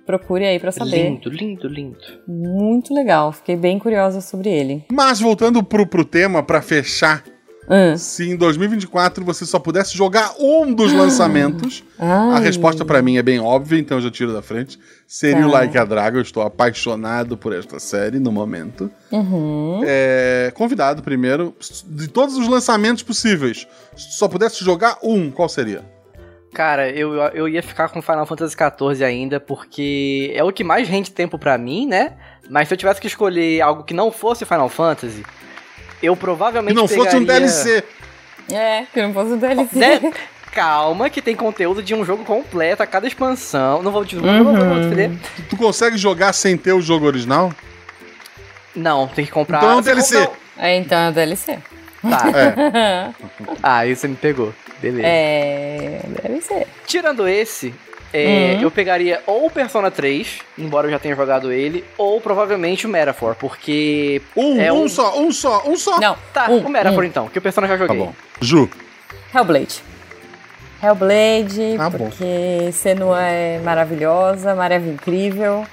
S2: Procure aí pra saber.
S3: Lindo, lindo, lindo.
S2: Muito legal. Fiquei bem curiosa sobre ele.
S1: Mas voltando pro, pro tema, pra fechar,
S2: Hum.
S1: se em 2024 você só pudesse jogar um dos lançamentos, a
S2: Ai.
S1: resposta pra mim é bem óbvia, então eu já tiro da frente. Seria o
S2: Tá.
S1: Like a Dragon, eu estou apaixonado por esta série no momento.
S2: Uhum.
S1: É, convidado primeiro, de todos os lançamentos possíveis, se só pudesse jogar um, qual seria?
S3: Cara, eu, eu ia ficar com Final Fantasy XIV ainda, porque é o que mais rende tempo pra mim, né? Mas se eu tivesse que escolher algo que não fosse Final Fantasy, eu
S1: Que
S3: provavelmente
S1: não fosse um
S3: pegaria-
S1: DLC.
S2: É, que eu não posso dar ele.
S3: Né? Calma, que tem conteúdo de um jogo completo a cada expansão. Não vou te não vou- não vou
S2: Uhum.
S3: te fuder.
S1: Tu, tu consegue jogar sem ter o jogo original?
S3: Não, tem que comprar.
S1: Então é um
S3: Você
S1: DLC.
S3: compra
S2: É, então é DLC.
S3: um- Tá.
S1: É.
S3: Ah, aí você me pegou. Beleza.
S2: é, deve ser.
S3: Tirando esse, é,
S2: Uhum.
S3: eu pegaria ou o Persona 3, embora eu já tenha jogado ele, ou provavelmente o Metaphor, porque.
S1: Um,
S3: É
S1: um,
S3: um.
S1: só, um só, um só.
S2: Não,
S3: Tá,
S2: Um,
S3: o Metaphor então, que o Persona eu já
S1: Tá
S3: joguei.
S1: bom. Ju,
S2: Hellblade. Hellblade,
S1: Tá bom.
S2: porque Senua é maravilhosa, Mareva incrível.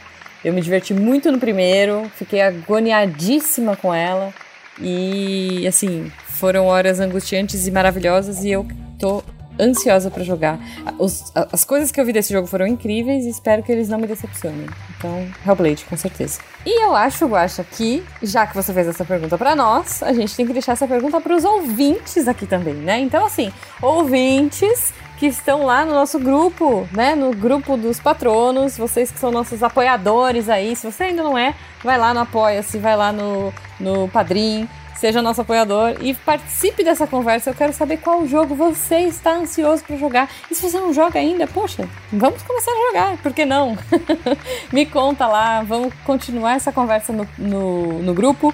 S2: Eu me diverti muito no primeiro, fiquei agoniadíssima com ela. E, assim, foram horas angustiantes e maravilhosas e eu tô ansiosa pra jogar. Os- a- as coisas que eu vi desse jogo foram incríveis e espero que eles não me decepcionem. Então, Hellblade, com certeza. E eu acho, Guaxa, que, já que você fez essa pergunta pra nós, a gente tem que deixar essa pergunta pros ouvintes aqui também, né? Então, assim, ouvintes que estão lá no nosso grupo, né? No grupo dos patronos, vocês que são nossos apoiadores aí. Se você ainda não é, vai lá no Apoia-se, vai lá no, no Padrim, seja nosso apoiador e participe dessa conversa. Eu quero saber qual jogo você está ansioso para jogar. E se você não joga ainda, poxa, vamos começar a jogar, por que não? Me conta lá, vamos continuar essa conversa no, no, no grupo.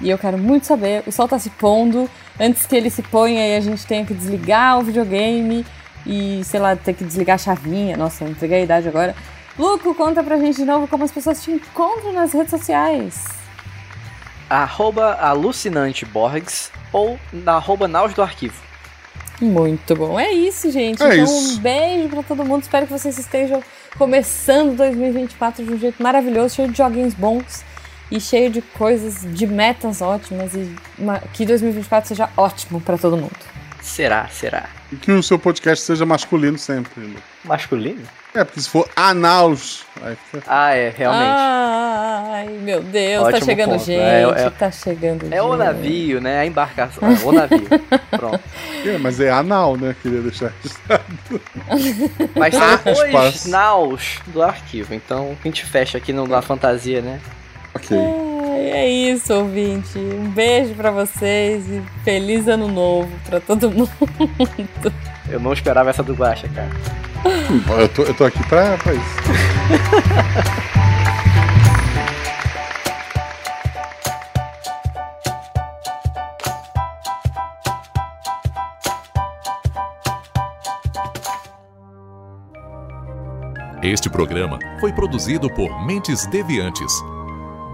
S2: E eu quero muito saber, o sol tá se pondo, antes que ele se ponha e a gente tenha que desligar o videogame e, sei lá, ter que desligar a chavinha. Nossa, eu entreguei a idade agora. Luco, conta pra gente de novo como as pessoas te encontram nas redes sociais.
S3: Arroba alucinante Borgs ou na arroba naus do arquivo.
S2: Muito bom. É isso, gente.
S1: É
S2: então,
S1: isso.
S2: um beijo pra todo mundo. Espero que vocês estejam começando 2024 de um jeito maravilhoso, cheio de joguinhos bons e cheio de coisas, de metas ótimas e uma- que 2024 seja ótimo pra todo mundo.
S3: Será, será?
S1: E que o seu podcast seja masculino sempre. né? Lu.
S3: Masculino?
S1: É, porque se for Anaus, aí fica
S3: Ah, é, realmente.
S2: Ai, meu Deus, tá
S3: Ótimo
S2: chegando
S3: ponto.
S2: gente,
S3: É, é-
S2: tá chegando gente.
S3: É o navio, né? A embarcação. É o navio. Pronto.
S1: É, mas é anal, né? Queria deixar isso.
S3: Mas
S2: Ah,
S3: são
S1: Aspas.
S3: dois naus do arquivo. Então a gente fecha aqui no, na fantasia, né?
S1: Ok.
S2: Ai, é isso, ouvinte. Um beijo pra vocês e feliz ano novo pra todo mundo.
S3: Eu não esperava essa do Guaxa, cara.
S1: Eu tô, eu tô aqui pra, pra isso.
S4: Este programa foi produzido por Mentes Deviantes.